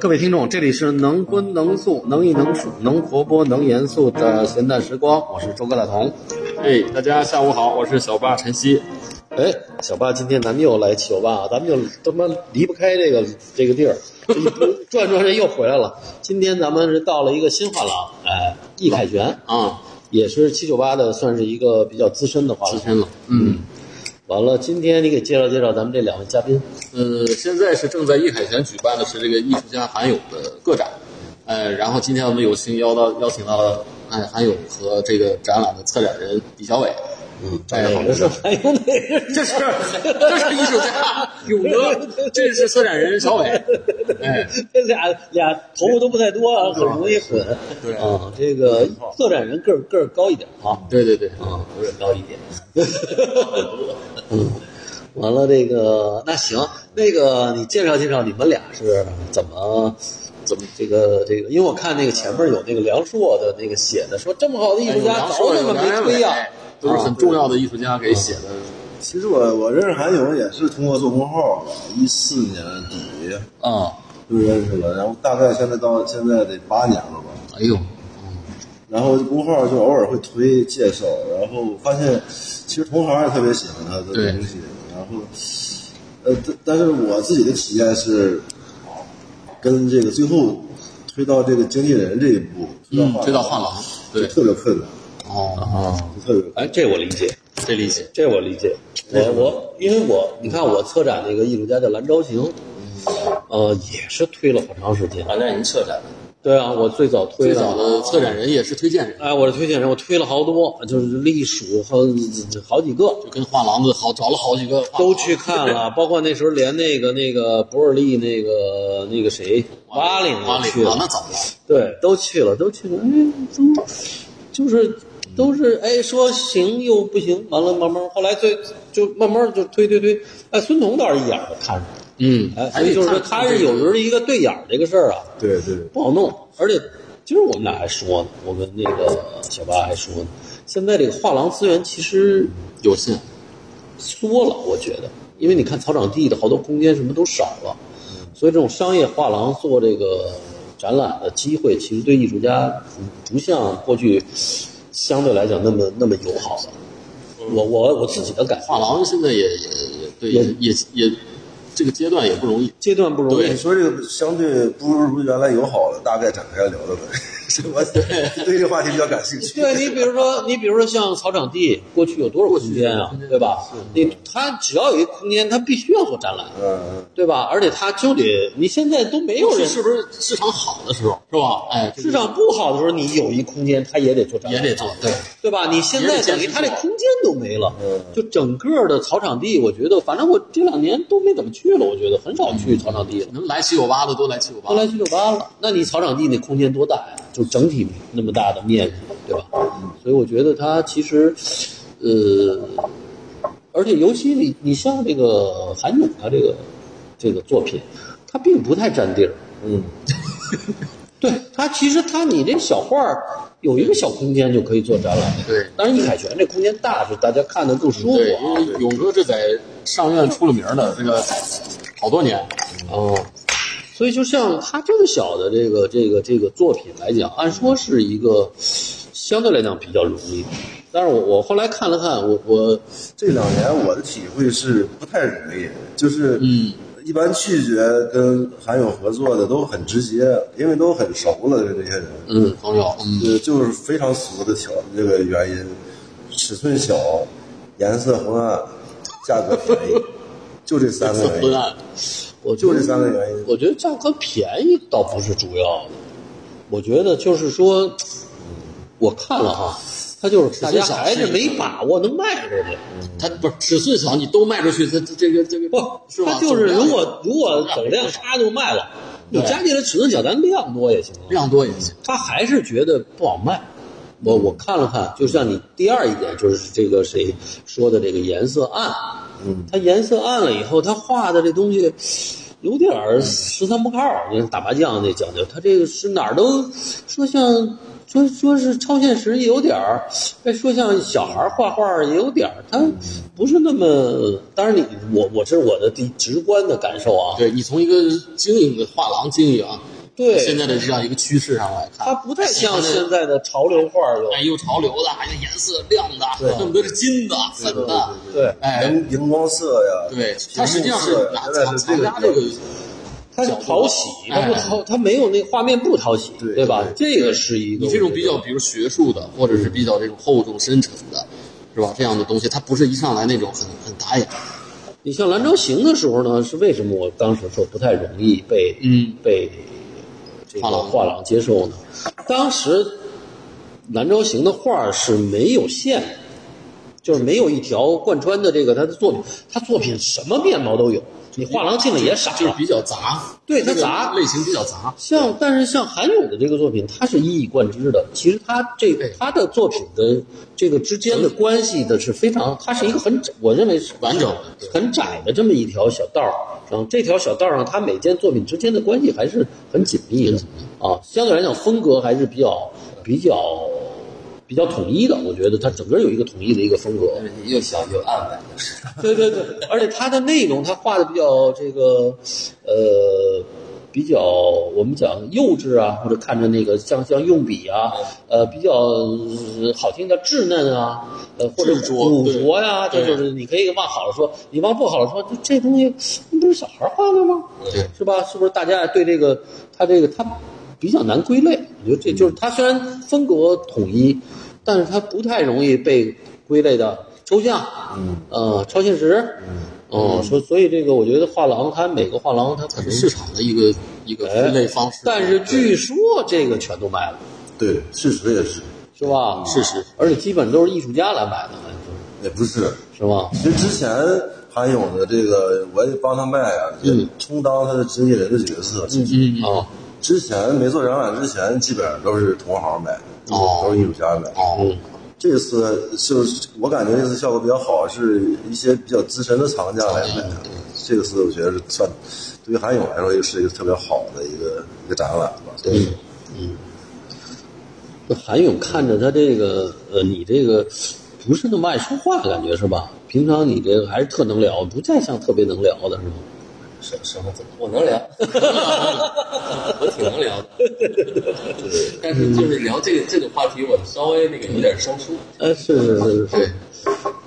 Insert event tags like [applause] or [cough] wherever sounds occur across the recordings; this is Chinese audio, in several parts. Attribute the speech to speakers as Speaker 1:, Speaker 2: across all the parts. Speaker 1: 各位听众，这里是能荤能素能艺能术能活泼能严肃的闲淡时光，我是周哥大同。
Speaker 2: 哎，大家下午好，我是小霸晨曦。
Speaker 1: 哎，小八，今天咱们又来球吧，咱们就他妈离不开这个这个地儿，这一不转转这又回来了。今天咱们是到了一个新画廊，哎，易凯旋
Speaker 2: 啊，
Speaker 1: 也是七九八的，算是一个比较资深的画
Speaker 2: 资
Speaker 1: 廊。
Speaker 2: 深了，嗯，
Speaker 1: 完了，今天你给介绍介绍咱们这两位嘉宾。
Speaker 2: 呃，现在是正在易海泉举办的是这个艺术家韩勇的个展，呃，然后今天我们有幸邀到邀请到了哎韩勇和这个展览的策展人李小伟，哎
Speaker 1: 嗯，
Speaker 2: 大家好
Speaker 1: 这是还有哪 [laughs] 个人？
Speaker 2: 这是这是艺术家勇哥， [laughs] 这是策展人小伟，哎，
Speaker 1: [laughs] 这俩俩头发都不太多啊，很容易混。
Speaker 2: 对
Speaker 1: 啊，这个策展人个儿个儿高一点啊，
Speaker 2: 对对对，
Speaker 1: 啊，个儿高一点。 [laughs] 嗯，完了这个那行，那个你介绍介绍你们俩是怎么怎么这个这个，因为我看那个前面有那个梁硕的那个写的，说这么好的艺术家
Speaker 2: 梁
Speaker 1: 早
Speaker 2: 哎硕
Speaker 1: 怎么
Speaker 2: 有梁
Speaker 1: 没啊推
Speaker 2: 连伟哎
Speaker 1: 呀？
Speaker 2: 都是很重要的艺术家给写的，
Speaker 3: 其实我我认识韩勇也是通过做公号吧，一四年底
Speaker 2: 啊，
Speaker 3: 就认识了，然后大概现在到现在得八年了吧。
Speaker 2: 哎呦，
Speaker 3: 然后公号就偶尔会推介绍，然后发现其实同行也特别喜欢他
Speaker 2: 对
Speaker 3: 的东西，然后呃，但但是我自己的体验是，跟这个最后推到这个经纪人这一步，
Speaker 2: 嗯，
Speaker 3: 推
Speaker 2: 推
Speaker 3: 到
Speaker 2: 到
Speaker 3: 画
Speaker 2: 画
Speaker 3: 廊
Speaker 2: 廊，
Speaker 3: 就
Speaker 2: 对，
Speaker 3: 特别困难，
Speaker 2: 哦，
Speaker 1: 啊，
Speaker 3: 就特别困难。
Speaker 1: 哎，这我理解。
Speaker 2: 这理解，
Speaker 1: 这我理解。我我因为我你看我策展那个艺术家叫蓝昭行，呃，也是推了好长时间。
Speaker 4: 啊，那您策展的，
Speaker 1: 对啊，我最早推
Speaker 2: 最
Speaker 1: 的
Speaker 2: 早的策展人也是推荐人。
Speaker 1: 哎，我是推荐人，我推了好多，就是隶属好好几个
Speaker 2: 就跟画廊子好找了好几个画廊
Speaker 1: 都去看
Speaker 2: [laughs]
Speaker 1: 了，包括那时候连那个那个博尔利那个那个谁瓦岭
Speaker 2: 挖
Speaker 1: 也去
Speaker 2: 啊，
Speaker 1: 了，
Speaker 2: 那怎么了？
Speaker 1: 对，都去了，都去了，哎，都就是都是哎说行又不行，完了慢慢后来最就慢慢就推推推，哎，孙彤倒是一眼儿看着。
Speaker 2: 嗯
Speaker 1: 哎，所以就是说，他是有时候一个对眼儿这个事儿啊，
Speaker 3: 对对，
Speaker 1: 不好弄。而且今儿我们俩还说呢，我跟那个小八还说呢，现在这个画廊资源其实
Speaker 2: 有限，
Speaker 1: 缩了，我觉得，因为你看草场地的好多空间什么都少了，所以这种商业画廊做这个展览的机会，其实对艺术家不不像过去相对来讲那么那么友好了。我我我自己的感觉，
Speaker 2: 画廊现在也也也对
Speaker 1: 也
Speaker 2: 也也也这个阶段也不容易。
Speaker 1: 阶段不容易
Speaker 3: 你，说这个相对不如原来友好的，大概展开聊聊呗。是
Speaker 2: [laughs]
Speaker 3: 我对这话题比较感兴
Speaker 1: [laughs]
Speaker 3: 趣。
Speaker 1: 对你比如说，你比如说像草场地，过去有多少空间啊，对吧？你它只要有一个空间，它必须要做展览，
Speaker 3: 嗯，嗯，
Speaker 1: 对吧？而且它就得，你现在都没有人，
Speaker 2: 是不是市场好的时候是吧？哎，这个
Speaker 1: 市场不好的时候，你有一空间，它也得做展
Speaker 2: 也
Speaker 1: 览，
Speaker 2: 得做，对，
Speaker 1: 对吧？你现在等于它这空间都没了，就整个的草场地，我觉得，反正我这两年都没怎么去了，我觉得很少去草场地了。
Speaker 2: 能来七九八的都来七九八
Speaker 1: 后。来去酒吧了。那你草场地那空间多大呀？就整体那么大的面积，对吧？嗯所以我觉得它其实，呃，而且尤其你你像这个韩勇的这个这个作品，它并不太占地儿。 [laughs]
Speaker 3: 嗯，
Speaker 1: 对它其实它你这小画儿有一个小空间就可以做展览。
Speaker 2: 对
Speaker 1: 当然易凯旋这空间大是大家看的更舒服
Speaker 2: 对，
Speaker 1: 啊。
Speaker 2: 因为勇哥这在上院出了名的，这个好多年。
Speaker 1: 哦，所以就像他这么小的这个这个这个作品来讲，按说是一个相对来讲比较容易，但是我我后来看了看，我我
Speaker 3: 这两年我的体会是不太容易，就是
Speaker 2: 嗯，
Speaker 3: 一般拒绝跟韩勇合作的都很直接，因为都很熟了跟这些人，
Speaker 2: 嗯，朋友，嗯，
Speaker 3: 呃，就是非常俗的条这个原因，尺寸小，颜色昏暗，价格便
Speaker 2: [laughs]
Speaker 3: 宜，就这三个原
Speaker 2: 昏
Speaker 3: 因，
Speaker 2: 暗，
Speaker 1: 我觉
Speaker 3: 就
Speaker 1: 得
Speaker 3: 这三个原因。
Speaker 1: 我觉得价格便宜倒不是主要的，我觉得就是说，我看了哈，他就是大家还是没把握能卖出去。
Speaker 2: 他不是尺寸小，你都卖出去，他他这个这个
Speaker 1: 不，
Speaker 2: 是吧？
Speaker 1: 他就是
Speaker 2: 总量
Speaker 1: 如果如果总量差就卖了，你加起来尺寸小，咱量多也行啊。
Speaker 2: 量多也行。
Speaker 1: 他还是觉得不好卖。我我看了看，就像你第二一点，就是这个谁说的这个颜色暗，嗯，它颜色暗了以后，他画的这东西，有点儿十三不靠，就是打麻将那讲究。他这个是哪儿都说像说说是超现实，也有点儿；哎，说像小孩儿画画儿也有点儿。他不是那么，当然你我我这是我的第直观的感受啊。
Speaker 2: 对你从一个经营的画廊经营，啊
Speaker 1: 对，
Speaker 2: 现在的这样一个趋势上来看，
Speaker 1: 它不太像现在的潮流画儿
Speaker 2: 哎，
Speaker 1: 了。
Speaker 2: 又潮流的，还有颜色亮的，
Speaker 3: 对
Speaker 2: 恨不得是金的、粉的，
Speaker 1: 对，
Speaker 2: 哎，
Speaker 3: 荧荧光色呀，
Speaker 2: 对，它实际上是拿
Speaker 3: 现在
Speaker 2: 藏
Speaker 3: 是
Speaker 2: 藏
Speaker 3: 这个
Speaker 2: 家这个
Speaker 3: 比较
Speaker 1: 它是讨喜，
Speaker 2: 哎
Speaker 1: 它不讨，它没有那画面不讨喜，
Speaker 3: 对
Speaker 1: 吧？这个是一个
Speaker 2: 你这种比较，比如学术的，或者是比较这种厚重深沉的，是吧？这样的东西，它不是一上来那种很很打眼，
Speaker 1: 你像《兰州行》的时候呢，是为什么我当时说不太容易被
Speaker 2: 嗯，
Speaker 1: 被这个
Speaker 2: 画廊
Speaker 1: 画廊接受呢？当时《兰州行》的画是没有线的，就是没有一条贯穿的这个他的作品，他作品什么面貌都有，你画廊进来也傻
Speaker 2: 就是
Speaker 1: 了。
Speaker 2: 比较杂，
Speaker 1: 对它
Speaker 2: 这个
Speaker 1: 杂
Speaker 2: 类型比较杂，
Speaker 1: 像，但是像韩勇的这个作品，它是一以贯之的。其实他这个
Speaker 2: 对
Speaker 1: 他的作品的这个之间的关系的是非常，它是一个很，我认为是
Speaker 2: 完整的对
Speaker 1: 很窄的这么一条小道儿。然后这条小道儿上，它每件作品之间的关系还是很紧密的啊。相对来讲，风格还是比较比较比较统一的。我觉得它整个有一个统一的一个风格。
Speaker 4: 又小又暗呗，就是
Speaker 1: [laughs] 对对对，而且它的内容，它画的比较这个，呃，比较我们讲幼稚啊，或者看着那个像像用笔啊，
Speaker 2: 嗯
Speaker 1: 呃，比较呃好听叫稚嫩啊，呃，或者
Speaker 2: 执着
Speaker 1: 古
Speaker 2: 对
Speaker 1: 拙呀，这
Speaker 2: 对
Speaker 1: 就是你可以往好了说，你往不好了说，就这东西不是小孩画的吗？
Speaker 2: 对，
Speaker 1: 是吧？是不是大家对这个他这个他比较难归类？我觉得这
Speaker 2: 嗯
Speaker 1: 就是他虽然风格统一，但是他不太容易被归类的抽象，嗯，呃，超现实，嗯，哦、所、所以这个我觉得画廊它每个画廊它可
Speaker 2: 它
Speaker 1: 能
Speaker 2: 是市，场的一个一个分类方式。
Speaker 1: 哎
Speaker 2: 啊
Speaker 1: 但是据说这个全都卖了，
Speaker 3: 对，事实也是，
Speaker 1: 是吧？
Speaker 2: 嗯是是，
Speaker 1: 而且基本都是艺术家来买的，好像是
Speaker 3: 也不是。
Speaker 1: 是吧？
Speaker 3: 其实之前韩勇的这个，我也帮他卖啊，也充当他的经纪人的角色。其实
Speaker 2: 嗯嗯，嗯
Speaker 1: 啊、
Speaker 3: 之前没做展览之前，基本上都是同行买，
Speaker 2: 哦
Speaker 3: 都是艺术家买。
Speaker 2: 哦，
Speaker 3: 这次就是我感觉这次效果比较好，是一些比较资深的藏家来
Speaker 2: 嗯
Speaker 3: 买的。这次我觉得是算对于韩勇来说，又是一个特别好的一个一个展览吧。
Speaker 2: 嗯
Speaker 3: 对，
Speaker 1: 那韩勇看着他这个，呃，你这个不是那么爱说话，感觉是吧？平常你这个还是特能聊，不再像特别能聊的是吗？
Speaker 4: 什什么？我能聊，我挺能聊的，
Speaker 2: [laughs]
Speaker 4: 对但是就是聊这个这个话题，我稍微那个有点生疏。
Speaker 1: 呃，是是是是，
Speaker 2: 对，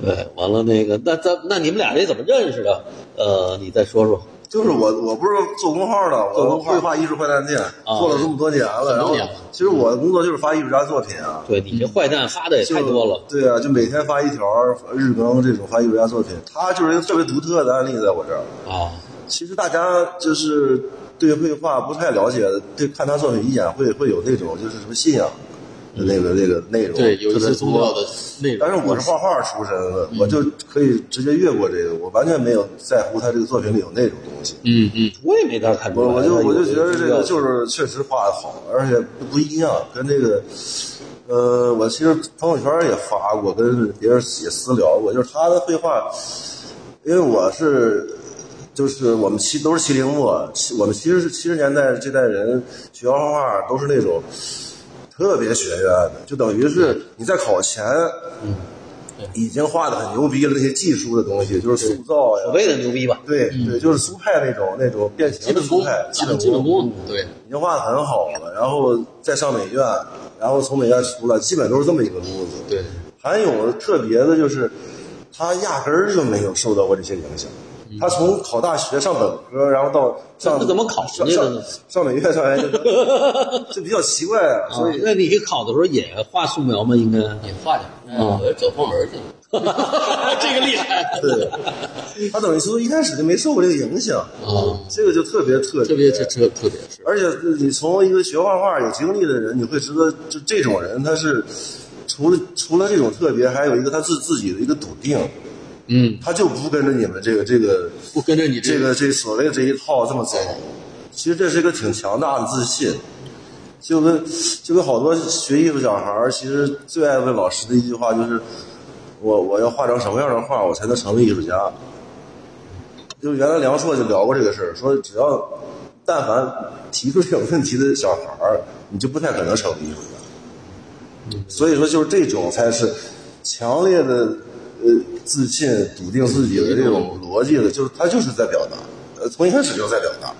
Speaker 1: 对，完了那个，那咱那你们俩这怎么认识的？呃，你再说说。
Speaker 3: 就是我我不是做工号的，
Speaker 1: 做
Speaker 3: 我
Speaker 1: 工号
Speaker 3: 绘画艺术快餐店做了这么多年了。然后
Speaker 2: 啊年了
Speaker 3: 其实我的工作就是发艺术家作品啊。
Speaker 1: 对你这坏蛋发的也
Speaker 2: 哎
Speaker 3: 就
Speaker 1: 太多了，
Speaker 3: 对啊，就每天发一条日更这种发艺术家作品，他就是一个特别独特的案例，在我这儿。
Speaker 1: 啊！
Speaker 3: 其实大家就是对绘画不太了解，对看他作品一眼会会有那种就是什么信仰的那个、那个内容，
Speaker 2: 对，有一
Speaker 3: 特别
Speaker 2: 些宗教
Speaker 3: 多。
Speaker 2: 的内容。
Speaker 3: 但是我是画画出身的，
Speaker 2: 嗯
Speaker 3: 我就可以直接越过这个，我完全没有在乎他这个作品里有那种东西。
Speaker 2: 嗯嗯，
Speaker 1: 我也没太看出
Speaker 3: 我
Speaker 1: 来。
Speaker 3: 我就我就觉得这个就是是确实画的好，而且不不一样，跟这个，呃，我其实朋友圈也发过，跟别人也私聊过，就是他的绘画，因为我是，就是我们七都是七零末，七我们其实是七十年代这代人学校画画都是那种特别学院的，就等于
Speaker 1: 嗯
Speaker 3: 是你在考前，已经画的很牛逼了，那些技术的东西就是塑造
Speaker 1: 所
Speaker 3: 呀。
Speaker 1: 谓的牛逼吧。啊
Speaker 3: 对对，就是苏派那种那种变
Speaker 2: 基
Speaker 3: 形的
Speaker 2: 本
Speaker 3: 苏
Speaker 2: 功
Speaker 3: 派，，
Speaker 2: 基本基本功，对，
Speaker 3: 已经画的很好了，然后再上美院，然后从美院出来，基本都是这么一个路子。
Speaker 2: 对，
Speaker 3: 韩勇特别的就是，他压根儿就没有受到过这些影响。他从考大学上本科，然后到上
Speaker 1: 那怎么考上
Speaker 3: 上
Speaker 1: 去的
Speaker 3: 上
Speaker 1: 呢
Speaker 3: 上美院上研究生，就比较奇怪啊。
Speaker 1: 啊
Speaker 3: 所以，
Speaker 1: 那你考的时候也画素描吗？应该。
Speaker 3: [laughs]
Speaker 4: 你画点，
Speaker 2: 嗯
Speaker 4: 我是走后门去了。
Speaker 2: 这个厉害，
Speaker 3: 对，他等于从一开始就没受过这个影响
Speaker 2: 哦
Speaker 3: 这个就特别特
Speaker 2: 特别这这特别是，
Speaker 3: 而且你从一个学画画有经历的人，你会知道，就这种人他是除了除了这种特别，还有一个他自自己的一个笃定，
Speaker 2: 嗯，
Speaker 3: 他就不跟着你们这个这个
Speaker 2: 不跟着你
Speaker 3: 这
Speaker 2: 个
Speaker 3: 个这所谓的这一套这么走。其实这是一个挺强大的自信，就跟就跟好多学艺术小孩儿，其实最爱问老师的一句话就是：我我要画成什么样的画，我才能成为艺术家？就是原来梁硕就聊过这个事儿，说只要但凡提出这种问题的小孩儿，你就不太可能成为艺术家。所以说，就是这种才是强烈的呃自信、笃定自己的这种逻辑的，就是他就是在表达，呃，从一开始就在表达，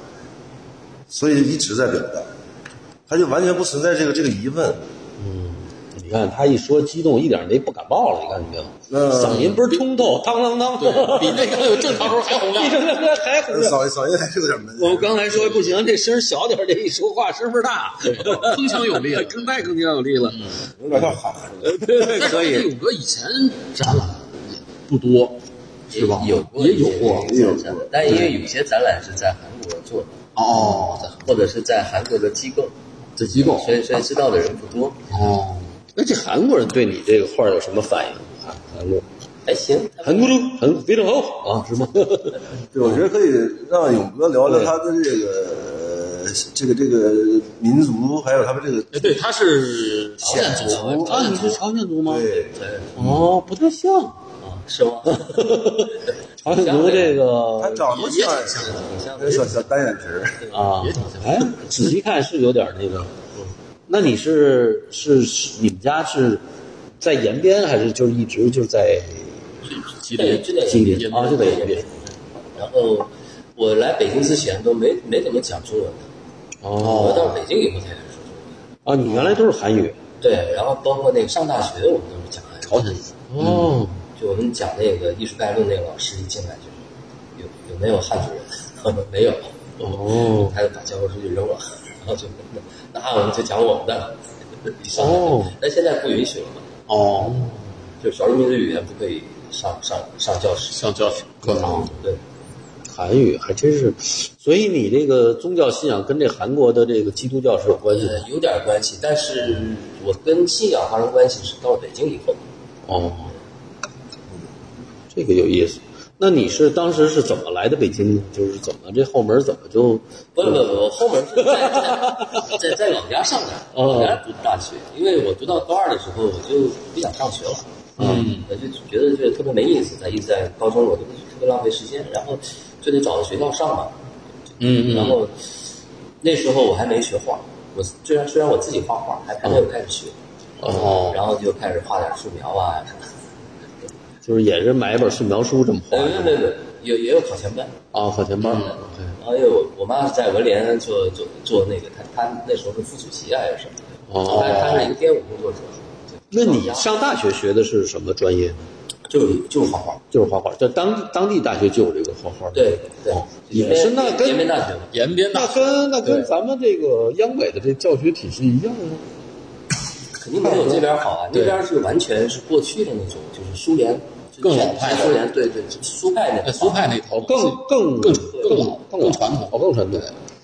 Speaker 3: 所以一直在表达，他就完全不存在这个这个疑问。
Speaker 1: [laughs] 你看他一说激动，一点那不感冒了，你看你没有？
Speaker 3: 嗯
Speaker 1: 嗓音倍儿通透，当当当， [laughs]
Speaker 2: 比那个正常时候还洪
Speaker 1: 比 [laughs]
Speaker 2: 亮。
Speaker 1: 这这还好。
Speaker 3: 嗓音嗓音还是有点闷。
Speaker 1: 我刚才说不行，这声儿小点儿，这一说话声儿大，
Speaker 2: 铿锵
Speaker 3: [laughs]
Speaker 2: 有力了嗯
Speaker 1: 更太铿锵有力了。
Speaker 3: 有点像喊。
Speaker 1: 呃对对，可
Speaker 2: 但是
Speaker 1: 以。
Speaker 2: 勇哥以前展览也不多，是吧？
Speaker 4: 有过
Speaker 2: 也有过
Speaker 4: 一些展览但因为有些展览是在韩国做的，
Speaker 2: 哦，
Speaker 4: 或者是在韩国的机构，
Speaker 2: 这机构
Speaker 4: 所以所以知道的人不多，
Speaker 2: 哦，
Speaker 1: 那这韩国人对你这个画儿有什么反应？韩韩国，
Speaker 4: 还哎行。
Speaker 1: 韩国人很非常好啊，是吗？
Speaker 3: 对，我觉得可以让勇哥聊聊他的这个呃这个这个民族，还有他们这个
Speaker 2: 哎，对，他是朝鲜族，
Speaker 1: 啊，你是朝鲜族吗？
Speaker 3: 对
Speaker 1: 哦，不太像。
Speaker 4: 啊，是
Speaker 1: [laughs]
Speaker 4: 吗？
Speaker 1: 朝鲜族这
Speaker 3: 他
Speaker 1: 个
Speaker 3: 长得
Speaker 2: 也挺
Speaker 3: 像
Speaker 2: 像的，
Speaker 4: 挺像
Speaker 3: 那小小单眼皮儿，
Speaker 1: 啊
Speaker 2: 也挺像，
Speaker 1: 哎，仔细看是有点那个。嗯那你是是是你们家是在延边，还是就是一直就在
Speaker 2: 吉
Speaker 4: 对
Speaker 2: 林
Speaker 4: 就在
Speaker 1: 吉林
Speaker 2: 延
Speaker 1: 啊？
Speaker 2: 边
Speaker 1: 就在延边。
Speaker 4: 然后我来北京之前都没没怎么讲中文的，我到
Speaker 1: 哦，
Speaker 4: 了北京以后才开始说中文。
Speaker 1: 啊，你原来都是韩语。
Speaker 4: 对，然后包括那个上大学，我们都是讲韩语
Speaker 2: 朝鲜族，
Speaker 1: 哦，
Speaker 4: 就我们讲那个艺术概论那个老师一进来就是有有没有汉族人？ [laughs] 没有，
Speaker 1: 哦，
Speaker 4: 他就把教科书就扔了，然后就那我们就讲我们的了。一上来就
Speaker 1: 哦
Speaker 4: 但现在不允许了嘛，
Speaker 2: 哦，
Speaker 4: 就少数民族语言不可以上上上教室。
Speaker 2: 像教室课堂，
Speaker 4: 对，
Speaker 1: 韩语还真是，所以你这个宗教信仰跟这韩国的这个基督教是有关系
Speaker 4: 呃
Speaker 1: 的。，
Speaker 4: 有点关系，但是我跟信仰发生关系是到了北京以后。
Speaker 1: 哦，这个有意思。那你是当时是怎么来的北京呢？就是怎么这后门怎么就
Speaker 4: 不不不，我后门是在在在在老家上的，
Speaker 1: 哦
Speaker 4: 老家读大学，因为我读到高二的时候，我就不想上学了，
Speaker 2: 嗯，
Speaker 4: 我就觉得这特别没意思，在一直在高中我就特别浪费时间，然后就得找个学校上吧，
Speaker 2: 嗯
Speaker 4: 然后那时候我还没学画，我虽然虽然我自己画画，还还没有开始学，
Speaker 2: 哦，
Speaker 4: 然后就开始画点素描啊什么的，
Speaker 1: 就是也是买一本素描书这么画
Speaker 4: 呃没有没有没有，也也有考前班，
Speaker 1: 啊？考前班
Speaker 2: 嗯
Speaker 1: 儿。
Speaker 4: 然后因为我我妈是在文联做做做那个，她她那时候是副主席啊还是什么的，
Speaker 1: 哦
Speaker 4: 她她是一个编舞工作者，
Speaker 1: 那你上大学学的是什么专业？
Speaker 4: 就就就是画画，
Speaker 1: 就是画画，就当地当地大学就有这个画画。
Speaker 4: 对对，
Speaker 1: 也是那跟
Speaker 4: 延边大学嘛，
Speaker 2: 延边大
Speaker 1: 那跟那跟咱们这个央美的这教学体系一样啊。
Speaker 4: 肯定没有这边好啊，那边是完全是过去的那种，就是苏联就是
Speaker 2: 更老派的
Speaker 4: 苏联对对苏派那
Speaker 2: 哎
Speaker 4: 种
Speaker 2: 苏派那头
Speaker 1: 更更
Speaker 2: 更
Speaker 1: 更
Speaker 2: 更老
Speaker 1: 更
Speaker 2: 更传统
Speaker 1: 哦，更传统。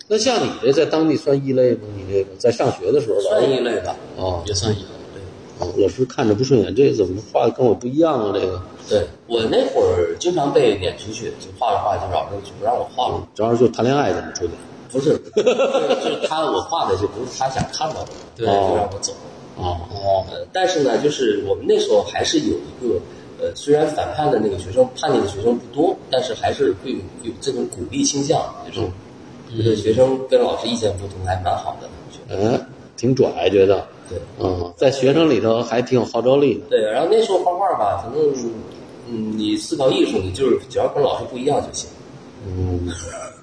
Speaker 1: 那像你这在当地算异类吗？你这个在上学的时候老
Speaker 4: 算一类吧，
Speaker 1: 啊
Speaker 2: 也算一样，
Speaker 1: 啊，老师看着不顺眼，这怎么画的跟我不一样啊？这个，
Speaker 4: 对我那会儿经常被撵出去，就画着画着就老师就不让我画了，
Speaker 1: 啊主要是就谈恋爱怎么出去？
Speaker 4: 不是，就是他我画的就不是他想看到的，对，就让我走。
Speaker 1: 啊
Speaker 2: 哦，
Speaker 4: 呃，但是呢，就是我们那时候还是有一个，呃，虽然反叛的那个学生叛逆的学生不多，但是还是会有有这种鼓励倾向，这种
Speaker 1: 嗯
Speaker 4: 就是学生跟老师意见不同还蛮好的，我觉得
Speaker 1: 哎，挺拽，觉得，
Speaker 4: 对
Speaker 1: 嗯，在学生里头还挺有号召力的。
Speaker 4: 对。然后那时候画画吧，反正嗯，你思考艺术，你就是只要跟老师不一样就行。
Speaker 1: 嗯，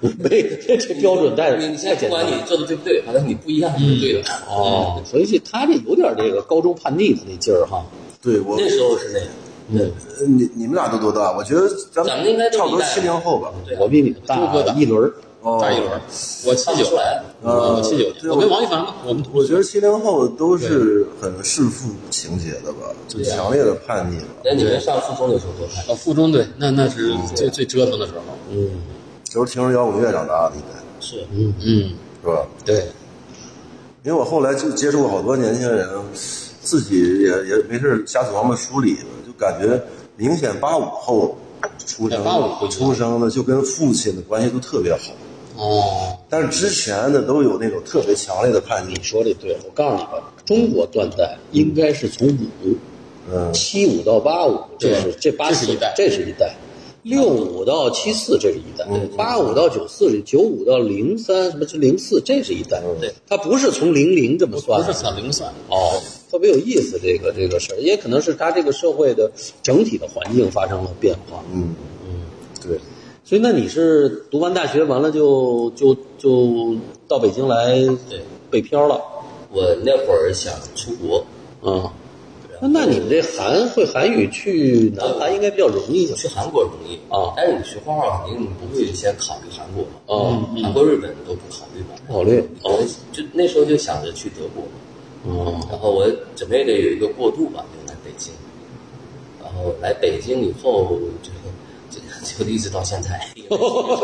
Speaker 1: [laughs] 没这这标准太
Speaker 4: 你你现
Speaker 1: 太
Speaker 4: 在不
Speaker 1: 简单
Speaker 4: 管
Speaker 1: 了
Speaker 4: 你做的对不对，反正你不一样就是对的。
Speaker 1: 哦，所以这他这有点这个高中叛逆的那劲儿哈。
Speaker 3: 对
Speaker 1: 嗯
Speaker 3: 我
Speaker 4: 那时候是那样，
Speaker 3: 呃你你们俩都多大？我觉得咱
Speaker 4: 咱们应该都
Speaker 3: 差不多
Speaker 4: 一代
Speaker 3: 七零后吧。
Speaker 4: 对啊
Speaker 1: 我比你大
Speaker 2: 多哥的
Speaker 1: 一轮儿，
Speaker 3: 哦，
Speaker 2: 大一轮，我七
Speaker 4: 看不
Speaker 2: 九嗯
Speaker 4: 出，来。
Speaker 2: 我七九年，我跟王一凡嘛，我们
Speaker 3: 我觉得七零后都是很弑父情节的吧，就强烈的叛逆吧。
Speaker 4: 那哎你们上附中的时候多看？
Speaker 2: 呃附中对，那那是最最折腾的时候，
Speaker 1: 嗯
Speaker 3: 都是听着摇滚乐长大的，应该
Speaker 4: 是
Speaker 1: 嗯，
Speaker 2: 嗯，
Speaker 3: 是吧？
Speaker 2: 对，
Speaker 3: 因为我后来就接触过好多年轻人，自己也也没事儿瞎琢磨梳理，就感觉明显八五后出生
Speaker 2: 85不一样
Speaker 3: 出生的就跟父亲的关系都特别好，
Speaker 2: 哦，
Speaker 3: 但是之前的都有那种特别强烈的叛逆
Speaker 1: 你，说的对，我告诉你吧，中国断代应该是从五
Speaker 3: 嗯，
Speaker 1: 七五到八五，这是这八
Speaker 2: 这是
Speaker 1: 四
Speaker 2: 一代
Speaker 1: 这是一代。六五到七四这是一代，
Speaker 2: 嗯
Speaker 1: 八五到九四九五到零三什么这零四这是一代，
Speaker 2: 嗯对，
Speaker 1: 它不是从零零这么算
Speaker 2: 不
Speaker 1: 的，
Speaker 2: 是算零算，
Speaker 1: 哦，特别有意思这个这个事儿，也可能是它这个社会的整体的环境发生了变化。
Speaker 3: 嗯对，
Speaker 1: 所以那你是读完大学完了就就就到北京来
Speaker 4: 对
Speaker 1: 北漂了，
Speaker 4: 我那会儿想出国，啊
Speaker 1: 嗯。那那你们这韩会韩语去南韩应该比较容易
Speaker 4: 去韩国容易
Speaker 1: 啊
Speaker 4: 但是你学画画肯定不会先考虑韩国嘛，
Speaker 1: 哦
Speaker 4: 韩国、日本都不考虑吧？
Speaker 1: 不考虑
Speaker 2: 哦
Speaker 4: 我就那时候就想着去德国，
Speaker 1: 哦，
Speaker 4: 然后我准备得有一个过渡吧，就来北京。然后来北京以后，就就就一直到现在。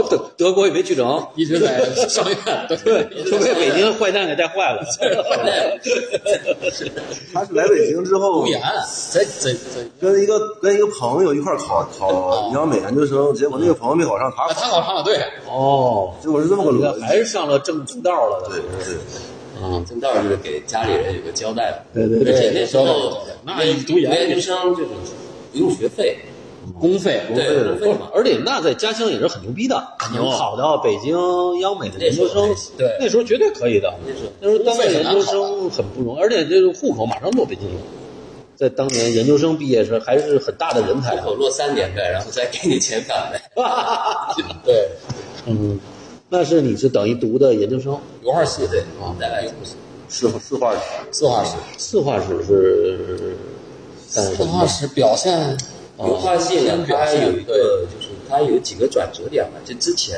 Speaker 1: 德德国也没去成，
Speaker 2: 一直在上院，对， [laughs]
Speaker 1: 就被北京坏蛋给带坏了。
Speaker 3: 他是来北京之后
Speaker 2: 读，研，在在在，
Speaker 3: 跟一个跟一个朋友一块儿考考营养美研究生，结果那个朋友没考上，他
Speaker 2: 啊，他考上了，对，
Speaker 1: 哦，
Speaker 3: 结果是这么个
Speaker 1: 你
Speaker 3: 逻
Speaker 1: 看
Speaker 3: 辑。
Speaker 1: 还是上了正正道了。
Speaker 3: 对对，
Speaker 1: 嗯，
Speaker 4: 正道就是给家里人有个交代吧。
Speaker 1: 对对
Speaker 4: 而
Speaker 1: 对，
Speaker 4: 且那时候
Speaker 2: 那你读研
Speaker 4: 研究生就是不用学费，
Speaker 2: 公费，
Speaker 4: 对，不用费嘛。
Speaker 1: 而且那在家乡也是很牛逼的，能考到北京央美的研究生
Speaker 4: 那时候还行，
Speaker 2: 对
Speaker 1: 那时候绝对可以的。
Speaker 4: 那时候
Speaker 1: 那时候当个研究生很不容易，而且这个户口马上落北京了。在当年研究生毕业时，还是很大的人才
Speaker 4: 户。口落三年呗，然后再给你遣返呗。
Speaker 2: 对，
Speaker 1: 嗯，那是你是等于读的研究生，
Speaker 2: 油画系
Speaker 4: 对，我们再来
Speaker 3: 是是话题。
Speaker 2: 四画室，
Speaker 1: 四画室是干什
Speaker 2: 四
Speaker 1: 么
Speaker 2: 画
Speaker 1: 的？
Speaker 2: 室表现
Speaker 4: 油画系呢，
Speaker 2: 表
Speaker 4: 它
Speaker 2: 现
Speaker 4: 有一个就是它有几个转折点吧。就之前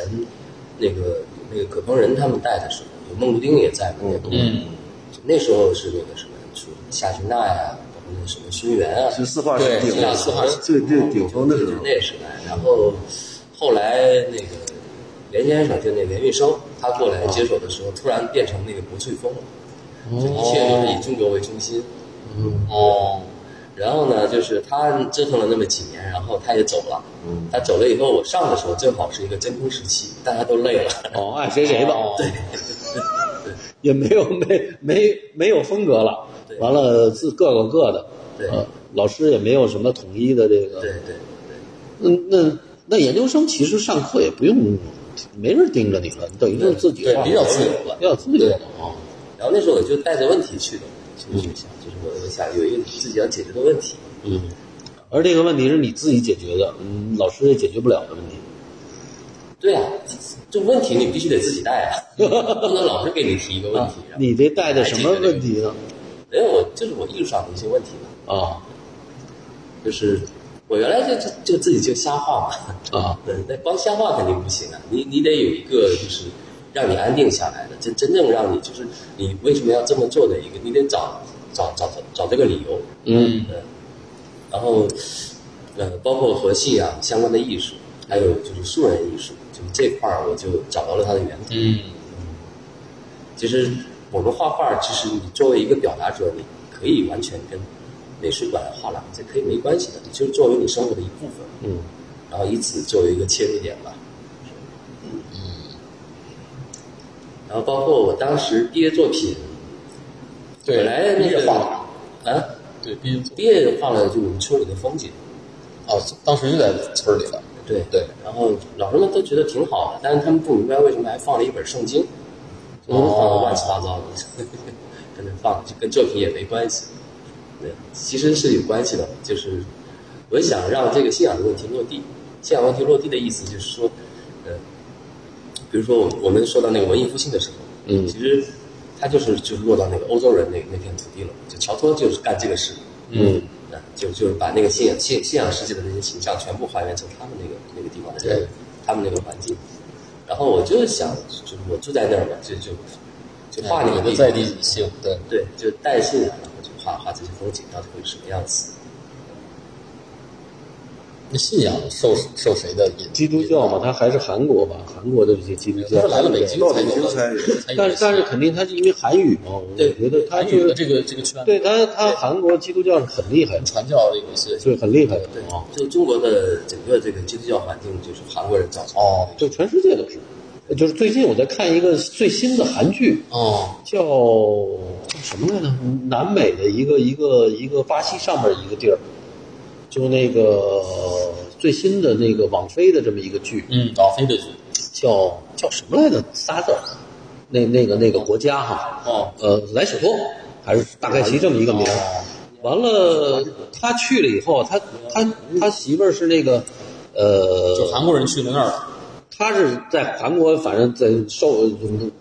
Speaker 4: 那个那个葛鹏仁他们带的时候，有孟竹丁也在嘛，那个
Speaker 2: 嗯，
Speaker 4: 就那时候是那个什么，是夏群娜呀，包括那个什么孙源啊，
Speaker 3: 其实四画是顶
Speaker 4: 对四画是
Speaker 3: 最最顶峰的时
Speaker 4: 就是
Speaker 3: 候，
Speaker 4: 那时代。然后后来那个连先生，就那连玉生，他过
Speaker 3: 啊
Speaker 4: 来接手的时候，突然变成那个国粹风了，
Speaker 3: 哦
Speaker 4: 就一切就是以中国为中心。
Speaker 3: 嗯
Speaker 2: 哦，
Speaker 4: 然后呢，就是他折腾了那么几年，然后他也走了。
Speaker 3: 嗯
Speaker 4: 他走了以后，我上的时候正好是一个真空时期，大家都累了。
Speaker 1: 哦，爱谁谁吧。
Speaker 4: [laughs]
Speaker 2: 对，
Speaker 1: 也没有 [laughs] 没没没有风格了
Speaker 4: 对，
Speaker 1: 完了自各个各的，
Speaker 4: 对
Speaker 1: 呃老师也没有什么统一的这
Speaker 4: 对
Speaker 1: 个，
Speaker 4: 对
Speaker 1: 那那那研究生其实上课也不用，没人盯着你了，你等于就是自己
Speaker 2: 对
Speaker 1: 画
Speaker 2: 比较自由了
Speaker 1: 比较自由了啊，
Speaker 4: 然后那时候我就带着问题去的
Speaker 3: 嗯
Speaker 4: 去学校，就是我我想有一个自己要解决的问题。
Speaker 1: 嗯，而这个问题是你自己解决的，嗯，老师也解决不了的问题，
Speaker 4: 对啊，这问题你必须得自己带啊， [laughs] 不能老是给你提一个问题。然后
Speaker 1: 你这带的什么问题呢？
Speaker 4: 因为我就是我艺术上的一些问题嘛，
Speaker 1: 啊
Speaker 4: 就是我原来就就就自己就瞎画嘛， [laughs]
Speaker 1: 啊，
Speaker 4: 对，那光瞎画肯定不行啊，你你得有一个就是让你安定下来的，真真正让你就是你为什么要这么做的一个，你得找找找找找这个理由，
Speaker 1: 嗯
Speaker 4: 嗯，然后呃，包括和戏啊相关的艺术，还有就是素人艺术，就这块儿我就找到了它的源头。
Speaker 2: 嗯，
Speaker 4: 其实我们画画，其实你作为一个表达者，你可以完全跟美术馆、画廊这可以没关系的，你就作为你生活的一部分，
Speaker 1: 嗯，
Speaker 4: 然后以此作为一个切入点吧。嗯，然后包括我当时毕业作品，
Speaker 2: 对，
Speaker 4: 本来那
Speaker 2: 毕业
Speaker 4: 个
Speaker 2: 画廊，
Speaker 4: 啊，
Speaker 2: 对，毕业作
Speaker 4: 毕业画了就我们村里的风景，
Speaker 2: 哦，当时就在村里了，
Speaker 4: 对
Speaker 2: 对，
Speaker 4: 然后老师们都觉得挺好的，但是他们不明白为什么还放了一本圣经，就放的乱七八糟的， [laughs] 跟那放就跟作品也没关系。对，其实是有关系的，就是我想让这个信仰的问题落地。信仰问题落地的意思就是说，呃，比如说我我们说到那个文艺复兴的时候，
Speaker 1: 嗯
Speaker 4: 其实它就是就是落到那个欧洲人那那片土地了，就乔托就是干这个事，
Speaker 1: 嗯
Speaker 4: 呃，就就是把那个信仰信信仰世界的那些形象全部还原成他们那个那个地方的人
Speaker 2: 对，
Speaker 4: 他们那个环境。然后我就想，就是我住在那儿嘛，就就就画那个
Speaker 2: 你
Speaker 4: 地
Speaker 2: 的
Speaker 4: 方
Speaker 2: 在地性，对，
Speaker 4: 对，就带信仰，啊然后就画画这些风景到底会是什么样子。
Speaker 2: 那信仰受受谁的引？
Speaker 1: 基督教嘛，它还是韩国吧，韩国的这些基督
Speaker 2: 他
Speaker 1: 教
Speaker 2: 是，来了北京
Speaker 3: 到
Speaker 2: 才
Speaker 3: 北
Speaker 2: 有
Speaker 3: 京
Speaker 2: 的，
Speaker 3: 才有。
Speaker 2: 才
Speaker 1: 但
Speaker 2: 有的
Speaker 1: 是但是肯定它是因为韩语嘛，我
Speaker 2: 对
Speaker 1: 觉得它
Speaker 2: 韩
Speaker 1: 就
Speaker 2: 语
Speaker 1: 是
Speaker 2: 的这个这个圈，
Speaker 1: 对他，他韩国基督教是很厉害的，
Speaker 2: 传教有一些，
Speaker 1: 是很厉害的
Speaker 4: 对
Speaker 1: 啊，，
Speaker 4: 就中国的整个这个基督教环境，就是韩国人造成的。
Speaker 2: 哦
Speaker 1: 就全世界都是。就是最近我在看一个最新的韩剧，
Speaker 2: 哦，
Speaker 1: 叫叫什么来着？南美的一个一个一个巴西上面一个地儿，就那个最新的那个网飞的这么一个剧，
Speaker 2: 嗯，老飞的剧，
Speaker 1: 叫叫什么来着？仨字儿，那那个那个国家哈，
Speaker 2: 哦，
Speaker 1: 呃，莱索托还是大概其这么一个名儿。完了，他去了以后，他他他媳妇儿是那个，呃，
Speaker 2: 就韩国人去了那儿了，
Speaker 1: 他是在韩国，反正在受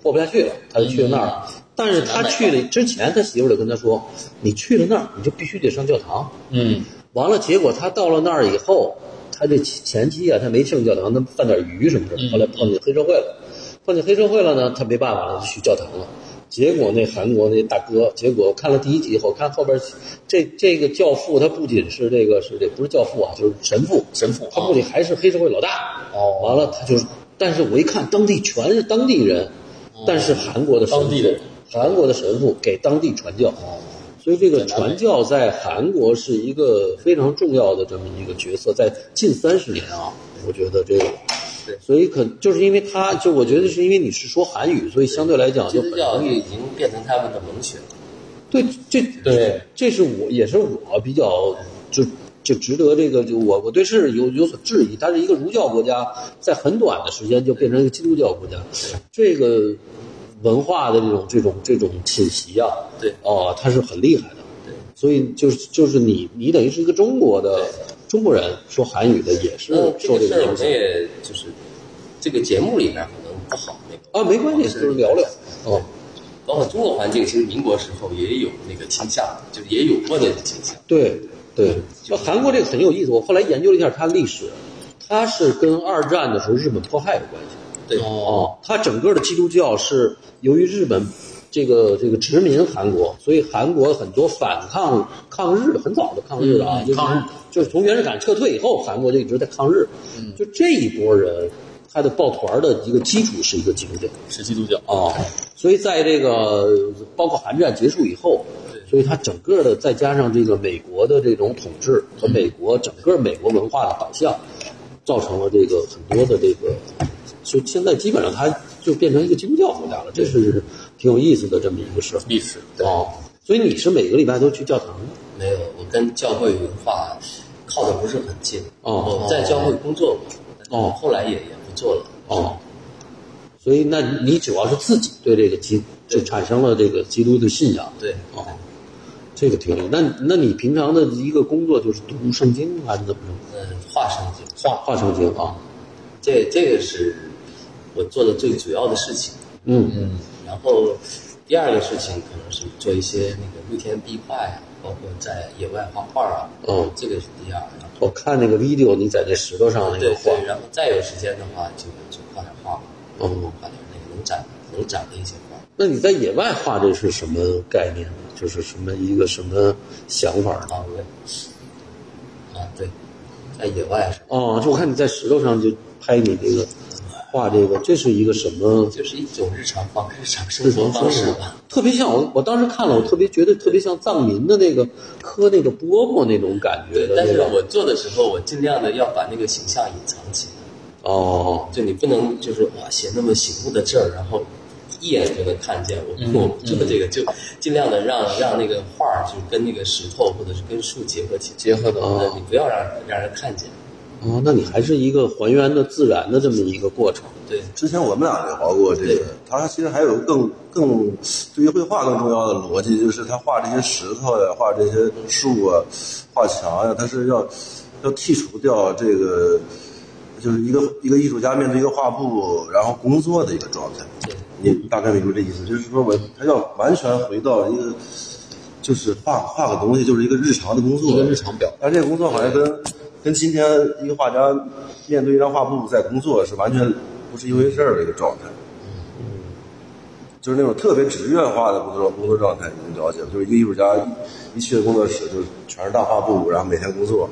Speaker 1: 过不下去了，他就去了那儿了。但是他去了之前，他媳妇儿就跟他说：“你去了那儿，你就必须得上教堂。
Speaker 2: 嗯，”
Speaker 1: 完了，结果他到了那儿以后，他这前妻啊，他没上教堂，他犯点鱼什么事儿，后来碰见黑社会了，碰见黑社会了呢，他没办法了，就去教堂了。结果那韩国那大哥，结果看了第一集以后，看后边儿这这个教父，他不仅是这个是这不是教父啊，就是神父，
Speaker 2: 神父啊
Speaker 1: 他不仅还是黑社会老大。哦，完了他就是，但是我一看当地全是当地人，但是韩国的神父
Speaker 2: 哦当地的人，
Speaker 1: 韩国的神父给当地传教。所以这个传教在韩国是一个非常重要的这么一个角色，在近三十年啊，我觉得这个，所以可就是因为他就我觉得是因为你是说韩语，所以相对来讲
Speaker 4: 基
Speaker 1: 就
Speaker 4: 督
Speaker 1: 很
Speaker 4: 教
Speaker 1: 容易
Speaker 4: 育已经变成他们的蒙学，
Speaker 1: 对，这
Speaker 2: 对，
Speaker 1: 这是我也是我比较就就值得这个就我我对是有有所质疑。它是一个儒教国家，在很短的时间就变成一个基督教国家，这个文化的这种这种这种侵袭啊，
Speaker 4: 对，
Speaker 1: 哦，它是很厉害的。对，所以就是就是你你等于是一个中国的中国人说韩语的也是
Speaker 4: 嗯，这
Speaker 1: 受
Speaker 4: 个
Speaker 1: 这
Speaker 4: 事儿
Speaker 1: 个
Speaker 4: 我
Speaker 1: 影响
Speaker 4: 们也就是这个节目里面可能不好那个
Speaker 1: 啊，没关系，就是聊聊哦。
Speaker 4: 包括中国环境，其实民国时候也有那个倾向，就是也有过那种倾向。
Speaker 1: 对对，那韩国这个很有意思，我后来研究了一下它历史，它是跟二战的时候日本迫害有关系。
Speaker 4: 对，
Speaker 1: 哦，它整个的基督教是由于日本这个这个殖民韩国，所以韩国很多反抗抗日，很早的抗日啊，就是
Speaker 2: 嗯抗日
Speaker 1: 就是从袁世凯撤退以后，韩国就一直在抗日。
Speaker 2: 嗯
Speaker 1: 就这一波人，他的抱团的一个基础是一个基督教。
Speaker 2: 是基督教，
Speaker 4: 哦
Speaker 1: 啊，所以在这个包括韩战结束以后，所以它整个的再加上这个美国的这种统治和美国整个美国文化的导向，造成了这个很多的这个，所以现在基本上它就变成一个基督教国家了，这是挺有意思的这么一个事儿
Speaker 2: 历史，
Speaker 1: 哦。所以你是每个礼拜都去教堂吗？
Speaker 4: 没有，我跟教会文化靠的不是很近。
Speaker 1: 哦
Speaker 4: 我在教会工作过，但是
Speaker 1: 哦
Speaker 4: 后来也也不做了。
Speaker 1: 哦，所以那你主要是自己对这个基就产生了这个基督的信仰。
Speaker 4: 对，
Speaker 1: 哦，这个挺有。那那你平常的一个工作就是读圣经还是怎么着？
Speaker 4: 嗯，化圣经，
Speaker 1: 画画圣经啊，
Speaker 4: 这这个是我做的最主要的事情。
Speaker 1: 嗯嗯
Speaker 4: 然后第二个事情可能是做一些那个露天壁画呀，包括在野外画画啊。
Speaker 1: 嗯
Speaker 4: 这个是第二。然后
Speaker 1: 我看那个 video，你在那石头上那
Speaker 4: 对
Speaker 1: 个画，
Speaker 4: 对，然后再有时间的话，就就画点画吧，
Speaker 1: 哦，
Speaker 4: 画点那个能展能展的一些画。
Speaker 1: 那你在野外画这是什么概念？就是什么一个什么想法呢？
Speaker 4: 啊，对，啊对，在野外啊是吧
Speaker 1: 哦，就我看你在石头上就拍你这个画这个，这是一个什么
Speaker 4: 就是一种日常方日常生
Speaker 1: 日
Speaker 4: 活
Speaker 1: 常
Speaker 4: 方
Speaker 1: 方
Speaker 4: 式
Speaker 1: 式
Speaker 4: 吧。？
Speaker 1: 特别像我，我当时看了，我特别觉得特别像藏民的那个磕那个饽饽那种感觉
Speaker 4: 对
Speaker 1: 的，
Speaker 4: 但
Speaker 1: 那
Speaker 4: 是
Speaker 1: 种。
Speaker 4: 我做的时候，我尽量的要把那个形象隐藏起来，
Speaker 1: 哦，
Speaker 4: 就你不能就是哇写那么醒目的字儿，然后一眼就能看见。我我不做这个，就尽量的让让那个画儿就跟那个石头或者是跟树结合起结合的
Speaker 1: 哦
Speaker 4: 你不要让让人看见。
Speaker 1: 哦，那你还是一个还原的自然的这么一个过程。
Speaker 4: 对，
Speaker 3: 之前我们俩聊过这个，他其实还有更更对于绘画更重要的逻辑，就是他画这些石头呀，画这些树啊，画墙呀，他是要要剔除掉这个，就是一个一个艺术家面对一个画布，然后工作的一个状态。你大概明白这意思，就是说我他要完全回到一个，就是画画个东西，就是一个日常的工作，
Speaker 2: 一个日常表，
Speaker 3: 但这个工作好像跟跟今天一个画家面对一张画布在工作是完全不是一回事儿的一个状态。就是那种特别职业化的工作工作状态，你了解吧？就是一个艺术家一一去工作室就全是大画布，然后每天工作。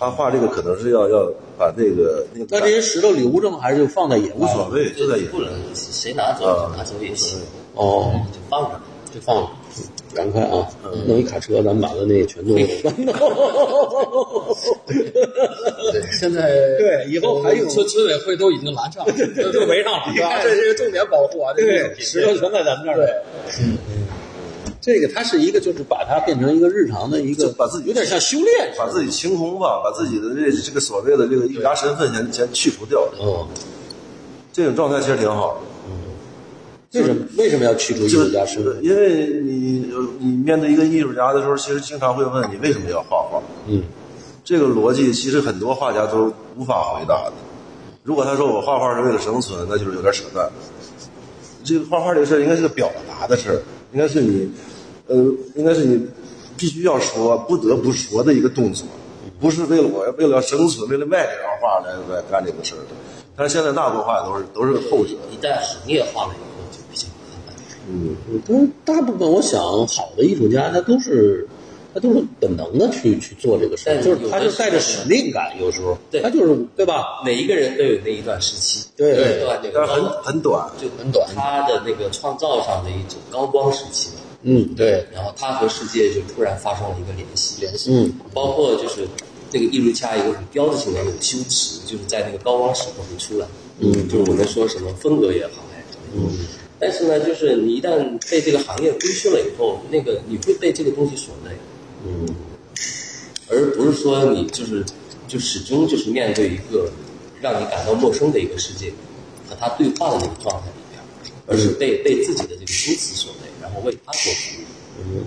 Speaker 3: 他画这个可能是要要把那个那
Speaker 1: 那
Speaker 3: 个
Speaker 1: 这些石头留着吗？还是就放在野外？
Speaker 3: 无所谓，就在
Speaker 4: 对
Speaker 3: 野
Speaker 4: 不能谁拿走就拿走也行，
Speaker 1: 哦，
Speaker 4: 就放着。
Speaker 1: 就放了。赶快啊，弄一卡车，咱们把它那个全弄了。
Speaker 2: 对，现在
Speaker 1: 对以后还有
Speaker 2: 村村委会都已经
Speaker 1: [laughs]
Speaker 2: 拦上了，都都围上了，是吧？这是一个重点保护啊，这是一个品质
Speaker 1: 石头全在咱们这儿。对，嗯这个它是一个，就是把它变成一个日常的一
Speaker 3: 就
Speaker 1: 个，
Speaker 3: 把自己
Speaker 1: 有点像修炼似的，
Speaker 3: 把自己清空吧，把自己的这这个所谓的这个一家身份先先去除掉，
Speaker 1: 嗯，
Speaker 3: 这种状态其实挺好的。
Speaker 1: 为什么为什么要去除艺
Speaker 3: 就
Speaker 1: 术家身份？
Speaker 3: 因为你呃你面对一个艺术家的时候，其实经常会问你为什么要画画，
Speaker 1: 嗯，
Speaker 3: 这个逻辑其实很多画家都无法回答的。如果他说我画画是为了生存，那就是有点扯淡。这个画画这个事儿应该是个表达的事儿，应该是你，呃，应该是你必须要说、不得不说的一个动作，不是为了我为了要生存、为了卖这张画来来干这个事儿的。但是现在大部分画都是都是后者，
Speaker 4: 一旦行业化了以后，就比较麻烦。
Speaker 3: 嗯，
Speaker 1: 但是大部分我想，好的艺术家他都是他都是本能的去去做这个事儿，
Speaker 4: 但
Speaker 1: 就
Speaker 4: 有
Speaker 1: 是他是
Speaker 4: 的时
Speaker 1: 带着
Speaker 4: 候
Speaker 1: 使命感，有时候
Speaker 4: 对
Speaker 1: 他就是对吧？
Speaker 4: 每一个人都有那一段时期，
Speaker 1: 对
Speaker 4: 那一段那
Speaker 3: 但是
Speaker 4: 个
Speaker 3: 很
Speaker 4: 高
Speaker 3: 很短。
Speaker 4: 就很短，他的那个创造上的一种高光时期，
Speaker 1: 嗯，对，
Speaker 4: 然后他和世界就突然发生了一个联系，联系
Speaker 1: 嗯，
Speaker 4: 包括就是这个艺术家有个很标志性的一种修辞，就是在那个高光时刻会出来，嗯，就是我们说什么风格也好还是什么，嗯，但是呢，就是你一旦被这个行业规训了以后，那个你会被这个东西所累，嗯而不是说你就是就始终就是面对一个让你感到陌生的一个世界和他对话的那个状态里边，而是被被自己的这个修辞所累，然后为他所服务。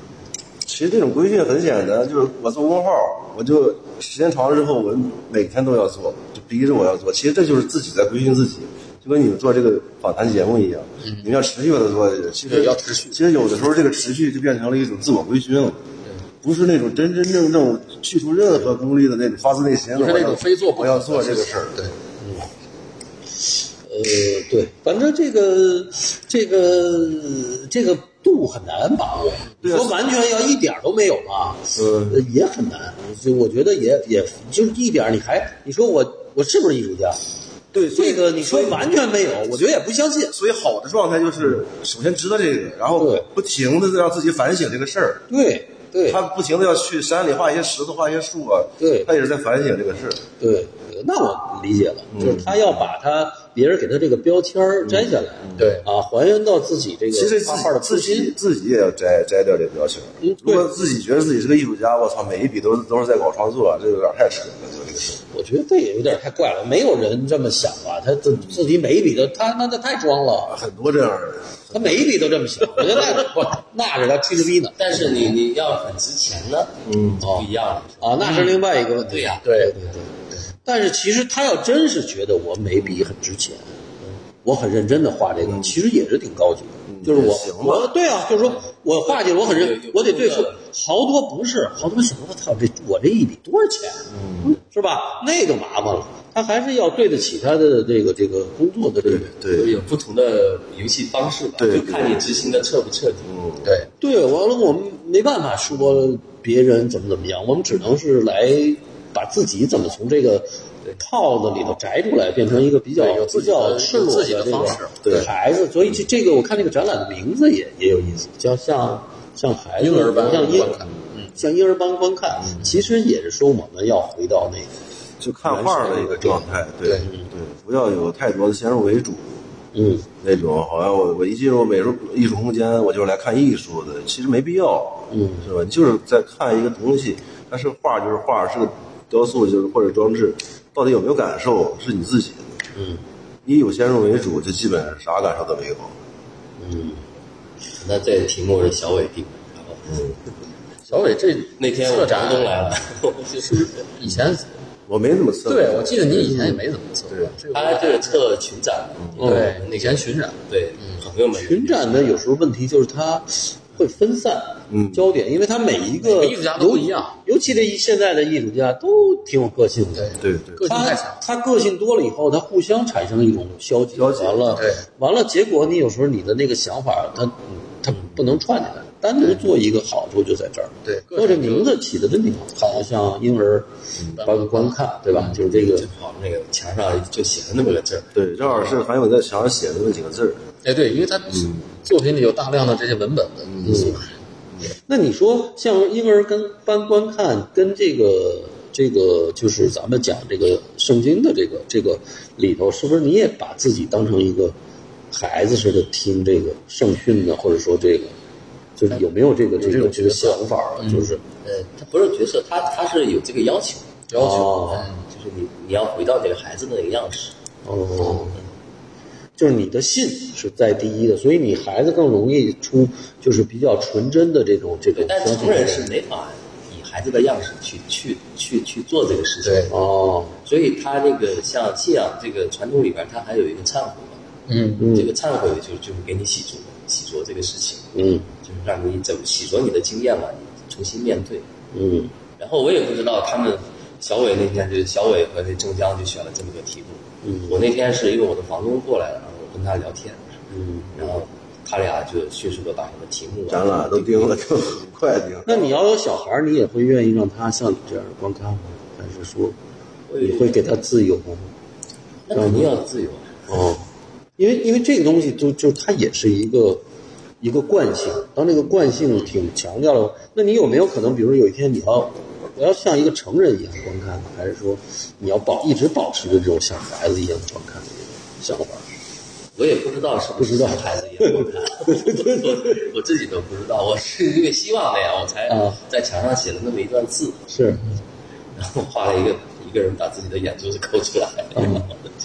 Speaker 3: 其实这种规训很简单，就是我做工号，我就时间长了之后，我每天都要做，就逼着我要做。其实这就是自己在规训自己，就跟你们做这个访谈节目一样，你们要持续把它做下去。其实
Speaker 2: 对嗯要持续
Speaker 3: 其实有的时候这个持续就变成了一种自我规训了。不是那种真真正正去除任何功利的那种发自内心的，
Speaker 2: 不是那种非做不
Speaker 3: 我要做这个事儿。
Speaker 2: 对，
Speaker 1: 呃，对，反正这个这个这个度很难把握，
Speaker 3: 对啊
Speaker 1: 说完全要一点儿都没有吧，
Speaker 3: 嗯
Speaker 1: 呃也很难。就我觉得也也就一点，儿，你还你说我我是不是艺术家？
Speaker 3: 对，所
Speaker 1: 这
Speaker 3: 以
Speaker 1: 个你说
Speaker 3: 所以
Speaker 1: 完全没有，我觉得也不相信。
Speaker 3: 所以好的状态就是首先知道这个，然后
Speaker 1: 对
Speaker 3: 不停的让自己反省这个事儿。
Speaker 1: 对对
Speaker 3: 他不停的要去山里画一些石头，画一些树啊。
Speaker 1: 对
Speaker 3: 他也是在反省这个事儿。
Speaker 1: 对，呃那我理解了，
Speaker 3: 嗯
Speaker 1: 就是他要把他别人给他这个标签儿摘下来，
Speaker 2: 对
Speaker 1: 啊，还原到自己这个
Speaker 3: 嗯其实
Speaker 1: 画画的初
Speaker 3: 自己自己
Speaker 1: 心。
Speaker 3: 自己也要摘摘掉这标签儿。
Speaker 1: 嗯
Speaker 3: 如
Speaker 1: 对
Speaker 3: 果自己觉得自己是个艺术家，我操，每一笔都是都是在搞创作，啊这有点太扯了。这个事儿
Speaker 1: 我觉得这也有点太怪了，没有人这么想吧？他自自己每一笔都他那那太装了，
Speaker 3: 很多这样的人，
Speaker 1: 他每一笔都这么想，我觉得那不那是他吹牛逼呢
Speaker 4: 但是你你要很值钱呢，嗯，不一样了。
Speaker 1: 啊，那是另外一个问题。啊
Speaker 4: 对呀
Speaker 1: 对对对。但是其实他要真是觉得我每笔很值钱，我很认真的画这个，其实也是挺高级的。就是
Speaker 3: 也
Speaker 1: 我
Speaker 3: 行吧
Speaker 1: 我对啊，就是说我画去我很认
Speaker 4: 有，有
Speaker 1: 我得对付
Speaker 4: 有有
Speaker 1: 好多不是好多想我操这我这一笔多少钱，啊是吧？那就麻烦了。他还是要对得起他的这个这个工作的这个。
Speaker 4: 就是
Speaker 3: 对，
Speaker 4: 有不同的游戏方式吧，
Speaker 3: 对
Speaker 4: 就看你执行的彻不彻底。
Speaker 3: 嗯，
Speaker 2: 对，
Speaker 1: 对，完了我们没办法说别人怎么怎么样，我们只能是来把自己怎么从这个套子里头摘出来，变成一个比较
Speaker 2: 对有自
Speaker 1: 比
Speaker 2: 己的
Speaker 1: 较赤裸
Speaker 2: 有自己的
Speaker 1: 这个
Speaker 2: 方式
Speaker 3: 对
Speaker 1: 孩子。所以这这个我看这个展览的名字也也有意思，叫像像孩子
Speaker 2: 婴儿般
Speaker 1: 像婴嗯
Speaker 2: 观看嗯
Speaker 1: 像婴儿般观看，其实也是说我们要回到那个
Speaker 3: 就看画的一个状态。对嗯
Speaker 2: 对
Speaker 3: 不要有太多的先入为主。
Speaker 1: 嗯
Speaker 3: 那种好像我我一进入美术艺术空间，我就是来看艺术的，其实没必要，
Speaker 1: 嗯
Speaker 3: 是吧？你就是在看一个东西，但是画就是画，是个雕塑就是或者装置，到底有没有感受是你自己的。
Speaker 1: 嗯
Speaker 3: 你有先入为主，就基本上啥感受都没有。
Speaker 1: 嗯，
Speaker 4: 那这题目是小伟定的，然后
Speaker 2: 嗯小伟这
Speaker 4: 那天
Speaker 2: 策
Speaker 4: 我房
Speaker 2: 展
Speaker 4: 东来了，我就是
Speaker 2: 以前
Speaker 3: 我没怎么测，
Speaker 2: 对我记得你以前也没怎么测，
Speaker 3: 对
Speaker 2: 这个
Speaker 4: 他就是策群展，
Speaker 2: 对
Speaker 4: 嗯
Speaker 2: 以前巡展，
Speaker 4: 对，嗯朋友们
Speaker 1: 群展呢有时候问题就是它会分散
Speaker 3: 嗯
Speaker 1: 焦点，因为它每一
Speaker 2: 每
Speaker 1: 个
Speaker 2: 个艺术家都不一样
Speaker 1: 尤尤其这一现在的艺术家都挺有个性的。
Speaker 3: 对对
Speaker 2: 个性
Speaker 1: 他
Speaker 2: 太强，
Speaker 1: 他个性多了以后，他互相产生一种消极，
Speaker 3: 消极
Speaker 1: 完了，
Speaker 2: 对，
Speaker 1: 完了，结果你有时候你的那个想法，他他不能串起来，单独做一个好处就在这儿。
Speaker 2: 对各
Speaker 1: 或者
Speaker 2: 种
Speaker 1: 名字起的真挺好，好像婴儿观观看，对吧？就是这个
Speaker 4: 就跑那个墙上就写了那么个字儿，
Speaker 3: 对，正好是还有在墙上写的那几个字儿，
Speaker 2: 哎对，因为他
Speaker 4: 嗯
Speaker 2: 作品里有大量的这些文本的因素，
Speaker 1: 那你说，像婴儿跟班观看，跟这个这个，就是咱们讲这个圣经的这个这个里头，是不是你也把自己当成一个孩子似的听这个圣训呢？或者说这个就是有没有这个
Speaker 4: 有这
Speaker 1: 这个
Speaker 4: 种
Speaker 1: 这个
Speaker 4: 角
Speaker 1: 想
Speaker 4: 色
Speaker 1: 法啊？就是
Speaker 4: 呃，他不是角色，他他是有这个要求，
Speaker 2: 要求
Speaker 1: 哦
Speaker 4: 嗯，就是你你要回到这个孩子的那个样式，
Speaker 1: 哦，就是你的信是在第一的，所以你孩子更容易出就是比较纯真的这种这种
Speaker 4: 对，但
Speaker 1: 哦相
Speaker 4: 成
Speaker 1: 信
Speaker 4: 人是没法以孩子的样式去去去去做这个事情，
Speaker 2: 对
Speaker 1: 哦，
Speaker 4: 所以他那个像信仰这个传统里边，他还有一个忏悔嘛，
Speaker 2: 嗯
Speaker 1: 嗯
Speaker 4: 这个忏悔就就是给你洗濯洗濯这个事情，
Speaker 1: 嗯
Speaker 4: 就是让你怎么洗濯你的经验嘛，你重新面对。
Speaker 1: 嗯
Speaker 4: 然后我也不知道他们小伟那天就是小伟和那郑江就选了这么个题目。
Speaker 1: 嗯
Speaker 4: 我那天是因为我的房东过来了，然后我跟他聊天，
Speaker 1: 嗯。
Speaker 4: 然后他俩就迅速的把什么题目啊
Speaker 3: 展览都定了， [laughs] 就很快定了。
Speaker 1: 那你要有小孩儿，你也会愿意让他像你这样观看吗？还是说你会给他自由吗？
Speaker 4: 那肯定要自由啊。
Speaker 1: 哦，因为因为这个东西就就它也是一个一个惯性，当这个惯性挺强调了，那你有没有可能，比如有一天你要我要像一个成人一样观看，还是说你要保一直保持着这种像孩子一样观看的这种想法？
Speaker 4: 我也不知道是不是
Speaker 1: 不知道
Speaker 4: 像孩子一样
Speaker 1: [laughs]
Speaker 4: 观看，我我自己都不知道，我是因为希望那样，我才
Speaker 1: 啊
Speaker 4: 在墙上写了那么一段字，
Speaker 1: 是，
Speaker 4: 然后画了一个一个人把自己的眼珠子抠出来。 [laughs]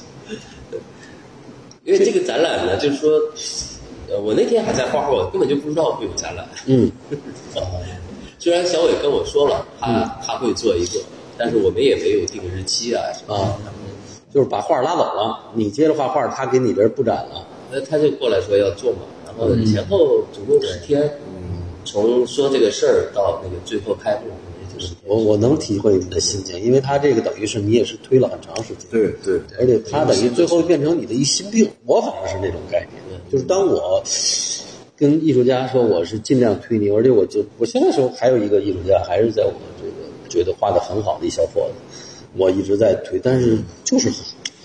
Speaker 4: 因为这个展览呢，就是说，呃，我那天还在画画，我根本就不知道会有展览。 [laughs]
Speaker 1: 嗯
Speaker 4: 虽然小伟跟我说了，他、他会做一个，但是我们也没有定日期啊什么。
Speaker 1: 啊，就是把画儿拉走了，你接着画画儿，他给你这儿布展了。
Speaker 4: 那他就过来说要做嘛，然后前后总共十天，嗯，从说这个事儿到那个最后开幕，也就十天。
Speaker 1: 我我能体会你的心情，因为他这个等于是你也是推了很长时间，
Speaker 3: 对对，
Speaker 1: 而且他等于最后变成你的一心病。我反正是那种概念，就是当我跟艺术家说我是尽量推你，而且我就我现在时候还有一个艺术家，还是在我这个觉得画的很好的一小伙子，我一直在推，但是就是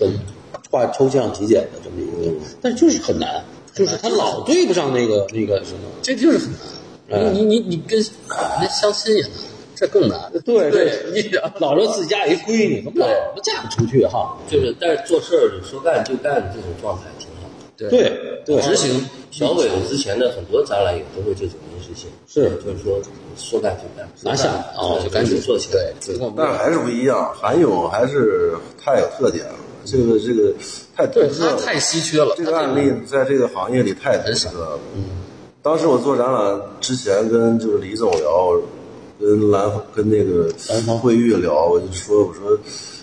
Speaker 1: 很画抽象极简的这么一个，但就是很难，就是他老对不上那个那个什么。
Speaker 2: 这就是很难。你你你跟那相亲也难，这更难。
Speaker 1: 对
Speaker 2: 对，你想
Speaker 1: 老说自己家有一闺女，怎么老么嫁不出去哈？
Speaker 4: 就是，但是做事儿说干就干这种状态挺好。
Speaker 1: 对对，
Speaker 4: 执行小伟之前的很多展览也都会这种临时性，
Speaker 1: 是
Speaker 4: 就是说说干就干，
Speaker 1: 拿下
Speaker 4: 哦
Speaker 1: 哦，
Speaker 4: 就赶紧做起来。
Speaker 2: 对，
Speaker 3: 但是还是不一样，韩勇还是太有特点了，这个这个太独
Speaker 2: 对
Speaker 3: 特
Speaker 2: 他
Speaker 3: 了。
Speaker 2: 太稀缺了，
Speaker 3: 啊
Speaker 2: 嗯
Speaker 3: 这个案例在这个行业里太独特了。嗯，当时我做展览之前，跟就是李总聊，跟兰跟那个
Speaker 1: 兰芳
Speaker 3: 慧玉聊，我就说我说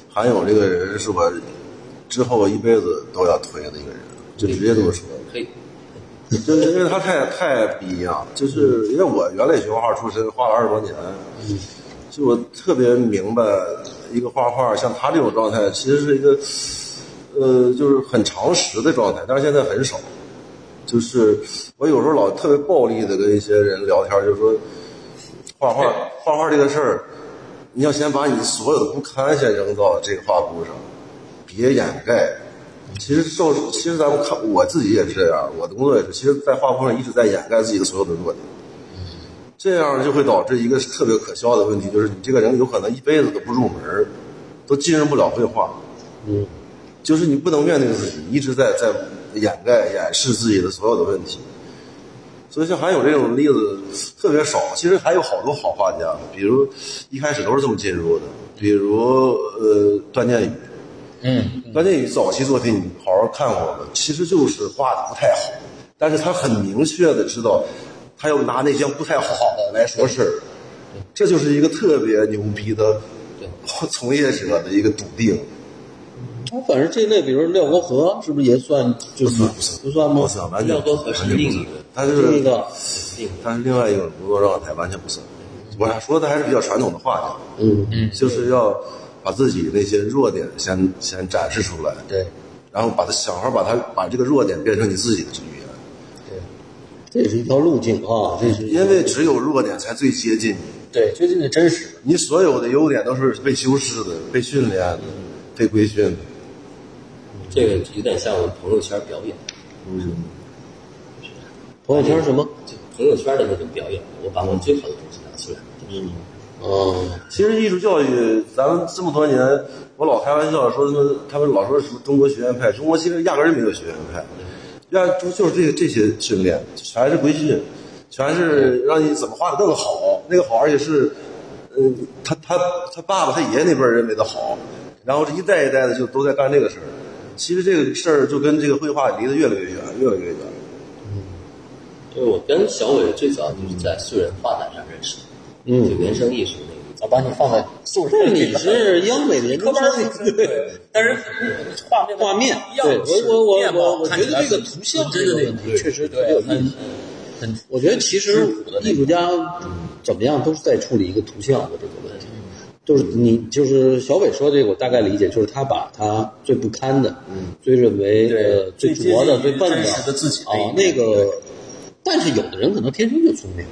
Speaker 3: 韩勇这个人是我之后一辈子都要推的一个人，就直接这么说。
Speaker 4: 可以，
Speaker 3: 就是因为他太太不一样，就是因为我原来也学画画出身，画了二十多年，就我特别明白，一个画画像他这种状态，其实是一个，呃，就是很常识的状态，但是现在很少。就是我有时候老特别暴力的跟一些人聊天，就是说，画画画画这个事儿，你要先把你所有的不堪先扔到这个画布上，别掩盖。其实受，其实咱们看我自己也是这样，我的工作也是，其实，在画布上一直在掩盖自己的所有的弱点，这样就会导致一个特别可笑的问题，就是你这个人有可能一辈子都不入门儿，都进入不了绘画。
Speaker 1: 嗯，
Speaker 3: 就是你不能面对自己，一直在在掩盖、掩饰自己的所有的问题。所以像韩勇这种例子特别少，其实还有好多好画家，比如一开始都是这么进入的，比如呃段建宇，
Speaker 2: 嗯，
Speaker 3: 段建宇早期作品你好好看过吗？其实就是画的不太好，但是他很明确的知道，他要拿那些不太好的来说事儿，这就是一个特别牛逼的 [laughs] 从业者的一个笃定。
Speaker 1: 他反正这类，比如廖国和，是不是也算？就是不算吗
Speaker 3: 我？操，完全
Speaker 4: 廖
Speaker 3: 不算
Speaker 4: 哥和是
Speaker 3: 完全不
Speaker 4: 另
Speaker 3: 算
Speaker 4: 一个，
Speaker 3: 他就是
Speaker 1: 另一个，
Speaker 4: 另一
Speaker 3: 他是另外一种工作状态，完全不算。我俩说的还是比较传统的画家，
Speaker 1: 嗯嗯
Speaker 3: 就是要把自己那些弱点先先展示出来，
Speaker 2: 对，
Speaker 3: 然后把它想法把它把这个弱点变成你自己的语言，
Speaker 1: 这也是一条路径啊，这是
Speaker 3: 因为只有弱点才最接近你，
Speaker 2: 对，就是那个真实。
Speaker 3: 你所有的优点都是被修饰的、被训练的、被规训的。
Speaker 4: 这个有点像我们朋友圈表演，
Speaker 1: 朋友圈什么？
Speaker 4: 就朋友圈的那种表演，我把我最好的东西拿出来。
Speaker 1: 嗯，
Speaker 3: 其实艺术教育，咱们这么多年，我老开玩笑说他们，他们老说什么中国学院派，中国其实压根儿没有学院派，压就是这这些训练全是规训。全是让你怎么画的更好，那个好，而且是，嗯，他他他爸爸他爷爷那辈儿认为的好，然后这一代一代的就都在干这个事儿。其实这个事儿就跟这个绘画离得越来越远，越来越远。
Speaker 4: 因为我跟小伟最早就是在素人画展上认识的，就原生艺术那个。
Speaker 2: 我把你放在素
Speaker 1: 但
Speaker 2: 人
Speaker 1: 是
Speaker 2: 里
Speaker 1: 你
Speaker 2: 边，
Speaker 1: [laughs] 是央美的研究
Speaker 4: 科班儿出
Speaker 1: 生，
Speaker 4: 身，对，但是画面
Speaker 1: 画面
Speaker 4: 不一，样
Speaker 1: 对我我我
Speaker 4: 面貌
Speaker 1: 我我觉
Speaker 4: 看起来
Speaker 1: 得这个
Speaker 4: 很
Speaker 1: 图像
Speaker 2: 真
Speaker 1: 这
Speaker 2: 的
Speaker 1: 个
Speaker 2: 那
Speaker 1: 问
Speaker 2: 种
Speaker 1: 题确实
Speaker 4: 对
Speaker 1: 很有意思。
Speaker 2: 很
Speaker 1: 我觉得其实
Speaker 2: 苦的那
Speaker 1: 艺术家怎么样都是在处理一个图像的这个问题，就是你就是小伟说这个，我大概理解，就是他把他最不堪的、最认为
Speaker 2: 嗯对
Speaker 1: 呃最
Speaker 2: 最接
Speaker 1: 拙的、
Speaker 2: 近
Speaker 1: 最
Speaker 2: 于
Speaker 1: 笨
Speaker 2: 真实的自己
Speaker 1: 啊
Speaker 2: 那一
Speaker 1: 那
Speaker 2: 面
Speaker 1: 个，但是有的人可能天生就聪明。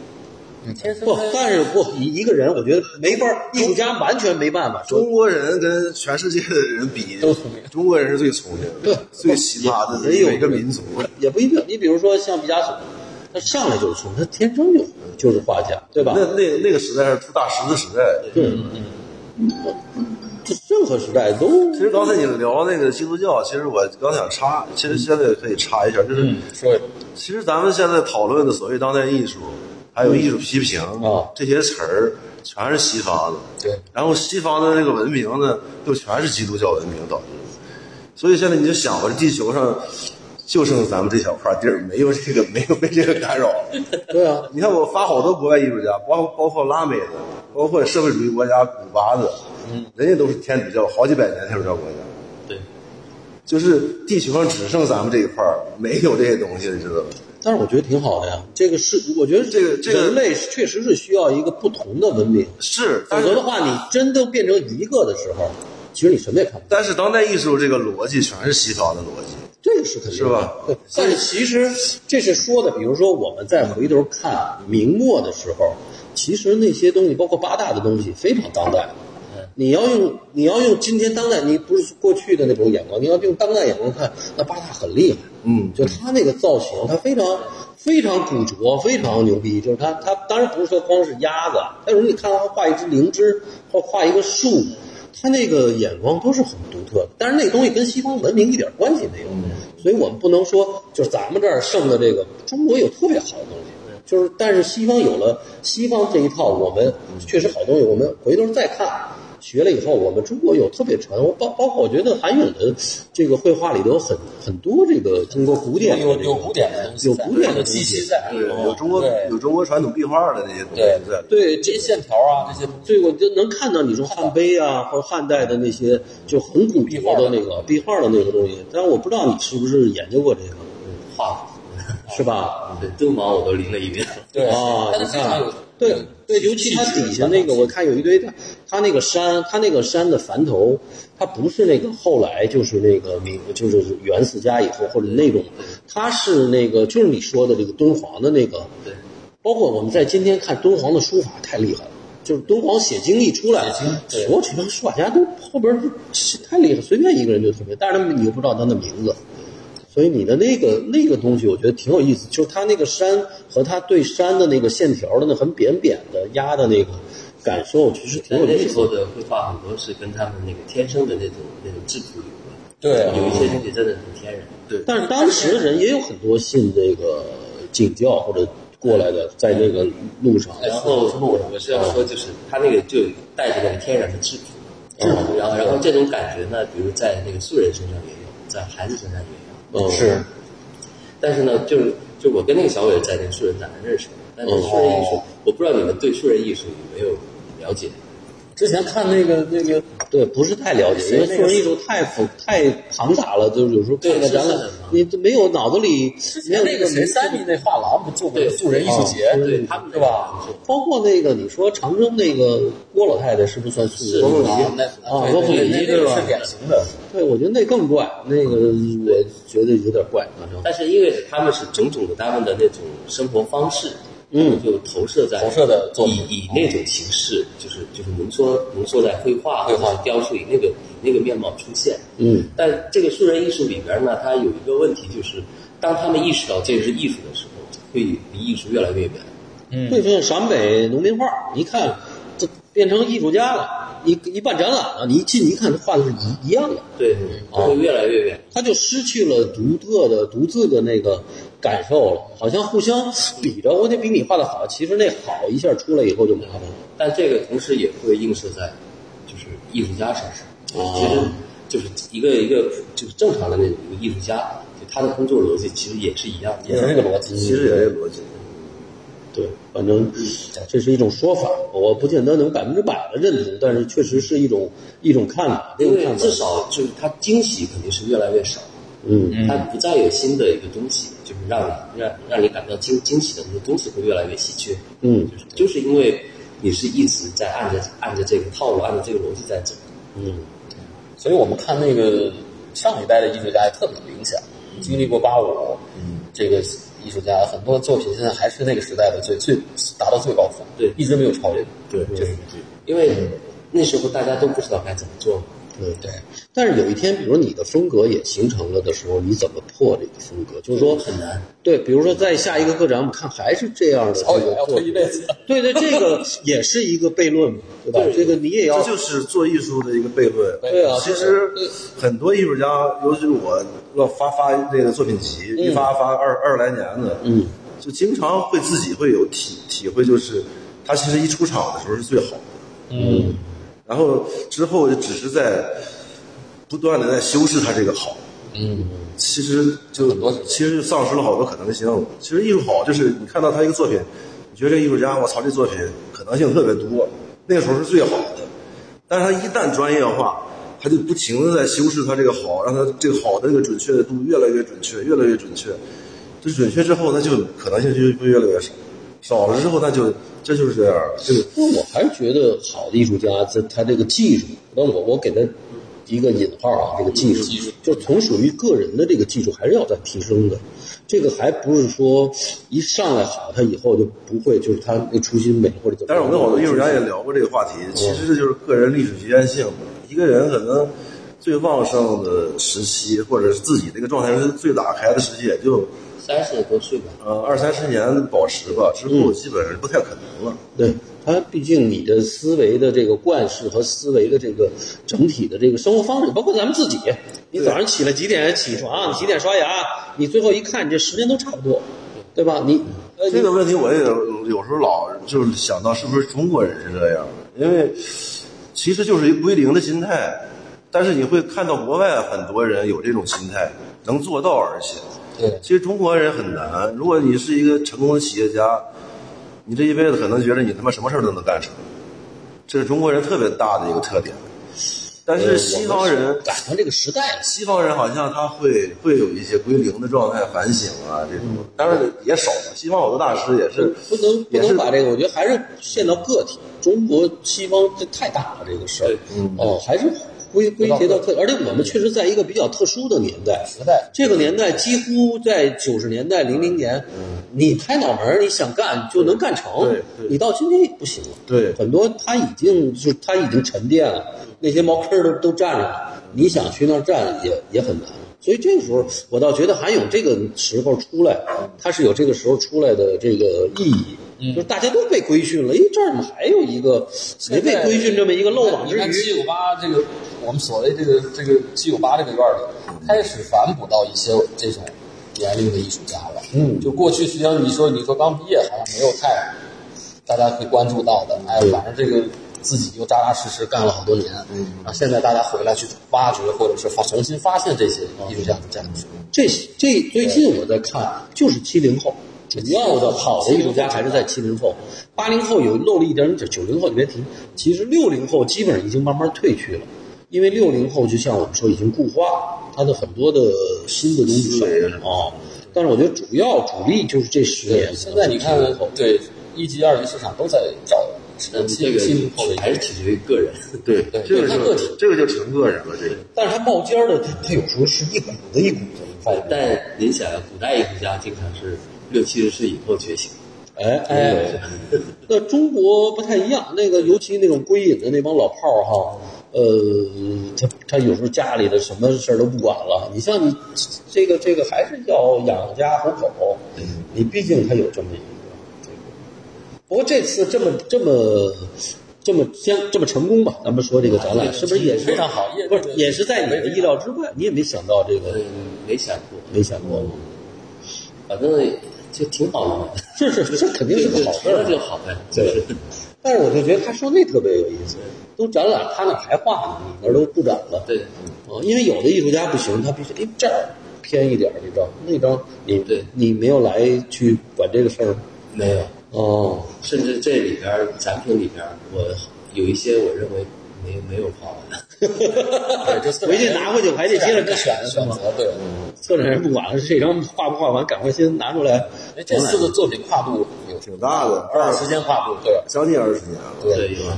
Speaker 2: 天生
Speaker 1: 不，但是不一一个人，我觉得没法儿，艺术家完全没办法说
Speaker 3: 中国人跟全世界的人比，
Speaker 2: 都聪明
Speaker 3: 中国人是最聪明的，
Speaker 1: 对
Speaker 3: 最奇葩的
Speaker 1: 也有
Speaker 3: 一个民族。
Speaker 1: 也不一定。你比如说像毕加索，他上来就是聪明，他天生就就是画家，对吧
Speaker 3: 那？那那个时代是出大石的时代。
Speaker 1: 啊对，这任何时代都
Speaker 3: 其实刚才你聊那个基督教，其实我刚想插，其实现在可以插一下，就是、
Speaker 1: 嗯
Speaker 2: 说
Speaker 3: 其实咱们现在讨论的所谓当代艺术，还有艺术批评啊、
Speaker 1: 啊
Speaker 3: 这些词儿，全是西方的。
Speaker 2: 对，
Speaker 3: 然后西方的这个文明呢，又全是基督教文明导致的。所以现在你就想吧，这地球上就剩咱们这小块地儿，没有这个，没有被这个干扰。
Speaker 1: 对啊，
Speaker 3: 你看，我发好多国外艺术家，包包括拉美的，包括社会主义国家古巴的，
Speaker 1: 嗯
Speaker 3: 人家都是天主教，好几百年天主教国家。
Speaker 4: 对，
Speaker 3: 就是地球上只剩咱们这一块儿没有这些东西，你知道吗？
Speaker 1: 但是我觉得挺好的呀。这个是，我觉得
Speaker 3: 这个这个
Speaker 1: 人类是确实是需要一个不同的文明，
Speaker 3: 是，
Speaker 1: 否
Speaker 3: 但是
Speaker 1: 则的话，你真都变成一个的时候，其实你什么也看不到。
Speaker 3: 但是当代艺术这个逻辑全是西方的逻辑，
Speaker 1: 这个是肯定的
Speaker 3: 是吧？
Speaker 1: 对 [laughs] 但是其实这是说的，比如说我们再回头看明末的时候，其实那些东西，包括八大的东西，非常当代。你要用你要用今天当代，你不是过去的那种眼光，你要用当代眼光看，那八大很厉害。
Speaker 3: 嗯
Speaker 1: 就他那个造型，他非常非常古拙，非常牛逼。就是他他当然不是说光是鸭子，但是你看他画一只灵芝，或画一个树，他那个眼光都是很独特的。但是那东西跟西方文明一点关系没有，所以我们不能说就是咱们这儿剩的这个中国有特别好的东西。就是，但是西方有了西方这一套，我们确实好东西。我们回头再看，学了以后，我们中国有特别传统，包包括我觉得韩勇的这个绘画里头有很很多这个中国古典的
Speaker 4: 有
Speaker 1: 这个
Speaker 4: 有古典的东西
Speaker 1: 有
Speaker 4: 在，
Speaker 1: 古典的
Speaker 4: 有
Speaker 1: 东
Speaker 4: 气息
Speaker 1: 西。
Speaker 4: 在，
Speaker 3: 对，有中国
Speaker 4: 对
Speaker 3: 有中国传统壁画的那些东西
Speaker 4: 对
Speaker 3: 在里面。
Speaker 1: 哦对，这
Speaker 4: 线条啊这些东西，
Speaker 1: 所以我就能看到你说汉碑啊，或者汉代的那些就很古拙的那个壁画的那个东西。但是我不知道你是不是研究过这个，嗯
Speaker 4: 画
Speaker 1: 是吧？
Speaker 4: 对敦煌我都临了一遍，对
Speaker 1: 啊，
Speaker 4: 但
Speaker 1: 你
Speaker 4: 是非常
Speaker 1: 看
Speaker 4: 有，嗯
Speaker 1: 对对，尤其它底下那个，我看有一堆的，它那个山，它那个山的帆头，它不是那个后来就是那个明，就是元四家以后或者那种，它是那个就是你说的这个敦煌的那个，
Speaker 4: 对
Speaker 1: 包括我们在今天看敦煌的书法太厉害了。就是敦煌写经一出来
Speaker 4: 写经，对
Speaker 1: 所有这帮书法家都后边都太厉害，随便一个人就特别，但是他们你又不知道他的名字，所以你的那个那个东西，我觉得挺有意思，就是它那个山和它对山的那个线条的那很扁扁的压的那个感受，其实挺
Speaker 4: 但
Speaker 1: 有
Speaker 4: 那
Speaker 1: 意
Speaker 4: 时
Speaker 1: 思
Speaker 4: 候
Speaker 1: 的。
Speaker 4: 的绘画很多是跟他们那个天生的那种那种质朴有关，
Speaker 2: 对啊，
Speaker 4: 有一些东西真的很天然。
Speaker 1: 但是当时人也有很多信这个景教或者过来的，在那个路上，啊
Speaker 4: 然后我是要说，就是他那个就带着那个天然的质朴，质
Speaker 2: 嗯
Speaker 4: 朴，嗯然后然后这种感觉呢，比如在那个素人身上也有，在孩子身上也有，
Speaker 1: 嗯，
Speaker 2: 是
Speaker 4: 但是呢，就是就我跟那个小伟在那个树人展上认识的，但是树人艺
Speaker 2: 哦
Speaker 4: 术，我不知道你们对树人艺术有没有了解？
Speaker 2: 之前看那个那个
Speaker 1: 对，不是太了解，因为素人艺术太复太庞杂了，就是有时候看个
Speaker 4: 对
Speaker 1: 展
Speaker 4: 是
Speaker 1: 览
Speaker 4: 的，
Speaker 1: 你都没有脑子里没有
Speaker 2: 那
Speaker 1: 一个
Speaker 2: 个
Speaker 1: 明
Speaker 2: 谁
Speaker 1: 确的
Speaker 2: 三米那画廊不做过
Speaker 4: 对啊
Speaker 2: 素人艺术节？嗯
Speaker 4: 对他们
Speaker 2: 是吧？
Speaker 1: 包括那个你说长征那个郭老太太是不是算素
Speaker 4: 是
Speaker 1: 人？
Speaker 4: 啊，那
Speaker 1: 啊
Speaker 2: 对嗯
Speaker 1: 罗普里
Speaker 2: 那
Speaker 1: 对
Speaker 2: 那
Speaker 1: 吧
Speaker 2: 个是典型的，
Speaker 1: 对，我觉得那更怪，那个我觉得有点怪，啊反正
Speaker 4: 但是因为他们是种种的他们的那种生活方式，
Speaker 1: 嗯，
Speaker 4: 就投射在
Speaker 2: 投射的作品
Speaker 4: 以以那种形式，就是就是浓缩浓缩在绘画
Speaker 2: 绘画
Speaker 4: 或者是雕塑以那个以那个面貌出现。
Speaker 1: 嗯，
Speaker 4: 但这个素人艺术里边呢，它有一个问题，就是当他们意识到这是艺术的时候，会离艺术越来越远。
Speaker 1: 对，就像陕北农民画，你看这变成艺术家了，一一办展览了，你一进去一看，这画的是一一样的，
Speaker 4: 对，就嗯会越来越远。
Speaker 1: 他就失去了独特的、独自的那个感受了，好像互相比着，我得比你画的好，其实那好一下出来以后就麻烦了。
Speaker 4: 但这个同时也会映射在就是艺术家身上。其实就是一个一个就是正常的那种艺术家，就他的工作逻辑其实也是一样，也是这个逻辑。
Speaker 3: 其实也是这逻辑。
Speaker 1: 对，反正哎这是一种说法，我不见得能百分之百的认同，但是确实是一种一种看法，这
Speaker 4: 因
Speaker 1: 种
Speaker 4: 为
Speaker 1: 看法
Speaker 4: 至，少就是他惊喜肯定是越来越少，
Speaker 1: 嗯，
Speaker 4: 他不再有新的一个东西，就是让你让让你感到惊惊喜的那个东西会越来越稀缺。
Speaker 1: 嗯
Speaker 4: 就是就是因为你是一直在按着按着这个套路，按着这个逻辑在走。
Speaker 2: 所以我们看那个上一代的艺术家也特别明显，经历过八五，
Speaker 1: 嗯
Speaker 2: 这个艺术家很多作品现在还是那个时代的最最达到最高峰，
Speaker 4: 对
Speaker 2: 一直没有超越，
Speaker 4: 对，
Speaker 2: 就是
Speaker 4: 因为
Speaker 1: 嗯
Speaker 4: 那时候大家都不知道该怎么做。
Speaker 1: 对对。但是有一天，比如你的风格也形成了的时候，你怎么破这个风格？就是说
Speaker 4: 很难。
Speaker 1: 对，比如说在下一个个展，我们看还是这样的这
Speaker 2: 超
Speaker 1: 个
Speaker 2: 哦越要
Speaker 1: 作
Speaker 2: 推
Speaker 1: 品
Speaker 2: 一辈子。
Speaker 1: 对对，这个也是一个悖论嘛，对吧？
Speaker 4: 对
Speaker 1: 这个你也要
Speaker 3: 这就是做艺术的一个悖论。
Speaker 1: 对啊
Speaker 3: 其实很多艺术家，尤其是我要发发这个作品集，
Speaker 1: 嗯
Speaker 3: 一发发二二十来年的，嗯，就经常会自己会有体体会，就是他其实一出场的时候是最好的，嗯，然后之后只是在不断的在修饰他这个好，嗯，其实就
Speaker 2: 很多是
Speaker 3: 其实就丧失了好多可能性。其实艺术好就是你看到他一个作品，你觉得这个艺术哎家，我操，这作品可能性特别多，那个时候是最好的。但是他一旦专业化，他就不停的在修饰他这个好，让他这个好的这个准确度越来越准确，越来越准确。这准确之后，他就可能性就会越来越少，少了之后，那就这就是这样，就是
Speaker 1: 那我还是觉得好的艺术家，他他这个技术，那我我给他一个引号啊，这个技术，就从属于个人的这个技术，还是要再提升的。这个还不是说一上来好，他以后就不会就是他那初心美或者怎么
Speaker 3: 但
Speaker 1: 样。
Speaker 3: 是我跟好多艺术家也聊过这个话题，其实这就是个人历史局限性嘛。一个人可能最旺盛的时期，或者是自己这个状态是最打开的时期，也就
Speaker 4: 三十多岁吧，
Speaker 3: 呃二三十年保持吧，之后基本上不太可能了。
Speaker 1: 对他，毕竟你的思维的这个惯式和思维的这个整体的这个生活方式，包括咱们自己，你早上起来几点起床，几点刷牙，你最后一看，你这时间都差不多，对吧？你呃，
Speaker 3: 这
Speaker 1: 你
Speaker 3: 个问题我也有有时候老就是想到是不是中国人是这样，因为其实就是一归零的心态，但是你会看到国外很多人有这种心态，能做到而且。
Speaker 2: 对，
Speaker 3: 其实中国人很难。如果你是一个成功的企业家，你这一辈子可能觉得你他妈什么事儿都能干成，这是中国人特别大的一个特点。但是西方人，
Speaker 1: 赶上这个时代了。
Speaker 3: 西方人好像他会会有一些归零的状态、反省啊这种，当然也少。西方好多大师也是
Speaker 1: 嗯不能不
Speaker 3: 也是
Speaker 1: 能把这个，我觉得还是限到个体。中国西方这太大了，这个事儿，哦，还是归归结到特，而且我们确实在一个比较特殊的年代，
Speaker 2: 时代
Speaker 1: 这个年代几乎在九十年代、零零年，你拍脑门儿你想干就能干成
Speaker 3: 嗯对，对
Speaker 1: 你到今天也不行了。
Speaker 3: 对
Speaker 1: 很多他已经就是他已经沉淀了，那些茅坑儿都都站上了，你想去那儿站也也很难。所以这个时候，我倒觉得韩勇这个时候出来，他是有这个时候出来的这个意义，就是大家都被规训了，诶，这儿怎么还有一个没被规训这么一个漏网之
Speaker 2: 你看
Speaker 1: 鱼？
Speaker 2: 七九八这个，我们所谓这个这个七九八这个院儿里，
Speaker 1: 嗯
Speaker 2: 开始反哺到一些这种年龄的艺术家了。嗯，就过去实际上你说你说刚毕业好像没有太大家会关注到的，哎，反正这个自己又扎扎实实干了好多年。嗯，然后现在大家回来去挖掘或者是发重新发现这些
Speaker 1: 嗯
Speaker 2: 艺术家的价值。
Speaker 1: 这这最近我在看，啊就是七零后，主要的好的艺术家还是在七零后，八零后有漏了一点，九零后你别提。其实六零后基本上已经慢慢退去了，因为六零后就像我们说已经固化了，他的很多的新的东西少了啊。但是我觉得主要主力就是这十年。
Speaker 2: 现在你看
Speaker 1: 70后，
Speaker 2: 对一级、二级市场都在找
Speaker 4: 但
Speaker 1: 嗯
Speaker 4: 这
Speaker 2: 七七零后的
Speaker 4: 个还是取决于个人。
Speaker 3: 对，
Speaker 2: 对
Speaker 3: 这个
Speaker 2: 看个体
Speaker 3: 就这个就成个人了，这个。
Speaker 1: 但是他冒尖儿的，他他有时候是一股子一股子冒的。
Speaker 4: 但您想，古代艺术家经常是六七十岁以后觉醒，
Speaker 1: 哎哎， [laughs] 那中国不太一样，那个尤其那种归隐的那帮老炮儿哈，呃，他他有时候家里的什么事儿都不管了。你像你这个这个还是要养家糊口，你毕竟他有这么一个这个。不过这次这么这么这么先这么成功吧？咱们说这个展览是不是也是
Speaker 2: 非常好
Speaker 1: 不是也是在你的意料之外，你也没想到这个，
Speaker 4: 嗯，没想过，
Speaker 1: 没想过，
Speaker 4: 反正就挺
Speaker 1: [laughs]
Speaker 4: 好的嘛，
Speaker 1: 是是是，肯定是个好事
Speaker 4: 除了
Speaker 1: 儿。啊
Speaker 4: 就好呗，就是
Speaker 1: 但是我就觉得他说那特别有意思，都展览他那儿还画呢，你那儿都不展了。
Speaker 4: 对
Speaker 1: 啊，因为有的艺术家不行，他必须哎这儿偏一点儿这张，那张你
Speaker 4: 对
Speaker 1: 你没有来去管这个事儿吗
Speaker 4: 没有。
Speaker 1: 哦，
Speaker 4: 甚至这里边儿展品里边儿，我有一些我认为没没有画完的，
Speaker 1: 回去拿回去还得接着干，
Speaker 2: 选
Speaker 1: 是
Speaker 2: 选
Speaker 1: 吗？
Speaker 2: 择对。
Speaker 1: 策展人不管了，这张画不画完，赶快先拿出来。
Speaker 2: 哎，这四个作品跨度有
Speaker 3: 挺大的，
Speaker 2: 多
Speaker 3: 二
Speaker 2: 长
Speaker 3: 十
Speaker 2: 时间跨度？对，
Speaker 3: 将近二十年了。
Speaker 4: 对，有啊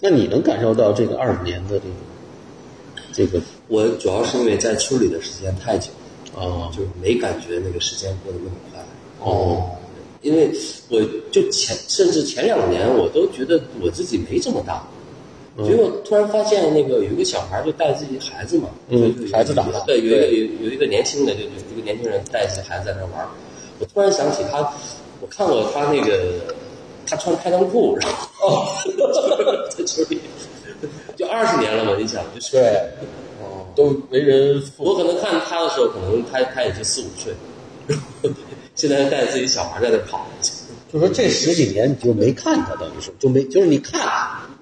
Speaker 1: 那你能感受到这个二十年的这个这个
Speaker 4: 我主要是因为在处理的时间太久了，
Speaker 1: 啊
Speaker 4: 就是没感觉那个时间过得那么快。
Speaker 1: 哦
Speaker 4: 因为我就前甚至前两年我都觉得我自己没这么大，
Speaker 2: 嗯
Speaker 4: 结果突然发现那个有一个小孩就带自己孩子嘛，
Speaker 1: 嗯
Speaker 4: 就就
Speaker 2: 孩子长大
Speaker 4: 对，有一个有有一个年轻的就有一个年轻人带自己孩子在那玩儿，我突然想起他，我看过他那个他穿开裆裤，然后哦， [laughs] 在球里就二十年了嘛，你想就是
Speaker 2: 对，都为人父
Speaker 4: 我可能看他的时候，可能他他也就四五岁，现在带自己小孩在那跑，
Speaker 1: 就说这十几年你就没看他，等于是就没，就是你看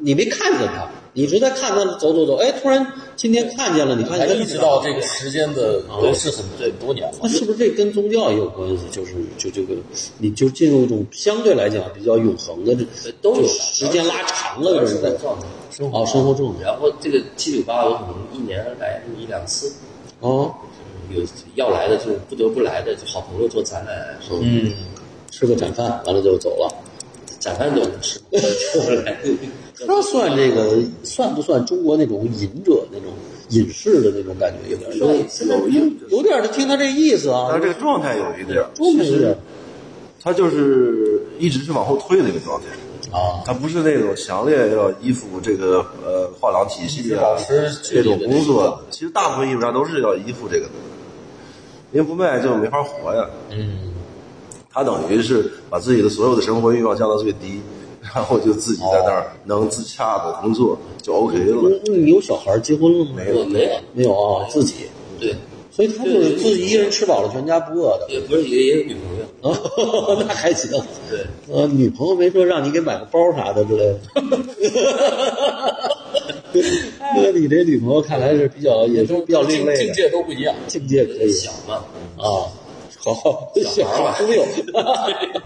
Speaker 1: 你没看见他，你一直在看他走走走，哎，突然今天看见了，你看
Speaker 2: 才
Speaker 1: 见
Speaker 2: 意识到这个时间的流逝很很多年
Speaker 1: 那
Speaker 2: 嘛。
Speaker 1: 是不是这跟宗教也有关系？就是就这个，你就进入一种相对来讲比较永恒的这
Speaker 4: 都有
Speaker 1: 就时间拉长了，就是在
Speaker 2: 生
Speaker 1: 哦生活状态
Speaker 4: 然后这个七九八我可能一年来一两次，
Speaker 1: 哦，
Speaker 4: 有要来的就不得不来的，就好朋友做展览，啊说
Speaker 2: 嗯，
Speaker 1: 吃个展饭完了就走了。
Speaker 4: 展饭都不吃，就来
Speaker 1: 他算这个算不算中国那种隐者那种隐士的那种感觉？有点有
Speaker 4: 有有
Speaker 1: 有点儿听他这意思啊
Speaker 3: 但，是这个状态有一点儿，
Speaker 1: 中国人
Speaker 3: 他就是一直是往后退的一个状态。
Speaker 2: 啊，
Speaker 3: 他不是那种强烈要依附这个呃画廊体系啊
Speaker 2: 保持距
Speaker 3: 这
Speaker 2: 离的
Speaker 3: 种工作的，其实大部分艺术家都是要依附这个的，因为不卖就没法活呀。
Speaker 2: 嗯，
Speaker 3: 他等于是把自己的所有的生活欲望降到最低，然后就自己在那儿能自洽的工作就 OK 了。
Speaker 1: 那你有小孩儿结婚了吗？没
Speaker 4: 我没有，
Speaker 1: 没有啊，自己，
Speaker 4: 对，
Speaker 1: 所以他就是自己一人吃饱了，全家不饿的。 [laughs]
Speaker 4: 也不是也也有女朋友，
Speaker 1: 哦，那还行。
Speaker 4: 对，
Speaker 1: 呃，女朋友没说让你给买个包啥的之类的。 [laughs] 那你这女朋友看来是比较，也是比较另
Speaker 2: 境
Speaker 1: 类
Speaker 2: 境
Speaker 1: 的，
Speaker 2: 界都不一样。
Speaker 1: 境界可以
Speaker 4: 小嘛，
Speaker 1: 啊。好，小
Speaker 4: 孩儿吧
Speaker 1: 孩没有，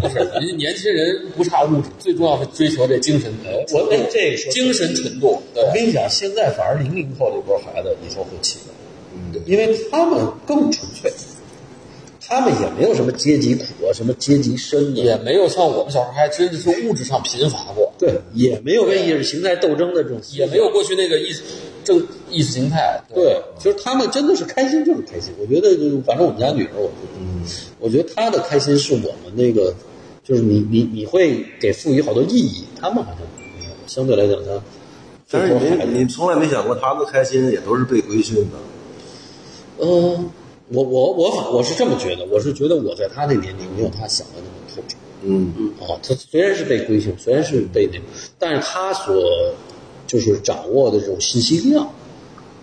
Speaker 2: 不是，人家年轻人不差物质，最重要是追求这精神。
Speaker 1: 我哎这个说
Speaker 2: 精神纯度，对
Speaker 1: 我，跟你讲，现在反而零零后这波孩子以后会起来，因为他们更纯粹，他们也没有什么阶级苦啊，什么阶级深啊，
Speaker 2: 也没有像我们小时候还真是说物质上贫乏过，
Speaker 1: 对，也没有跟意识形态斗争的这种思想，啊
Speaker 2: 也没有过去那个意识正意识形态。
Speaker 1: 对，就是他们真的是开心就是开心。我觉得就是，反正我们家女儿，我嗯，我觉得她的开心是我们那个，就是你你你会给赋予好多意义，他们好像没有相对来讲，他
Speaker 3: 但是你你从来没想过他们的开心也都是被规训的，
Speaker 1: 嗯，我我我反我是这么觉得，我是觉得我在她那年龄没有她想的那么透彻。
Speaker 3: 嗯，
Speaker 1: 啊，他虽然是被规训，虽然是被那，但是他所就是掌握的这种信息量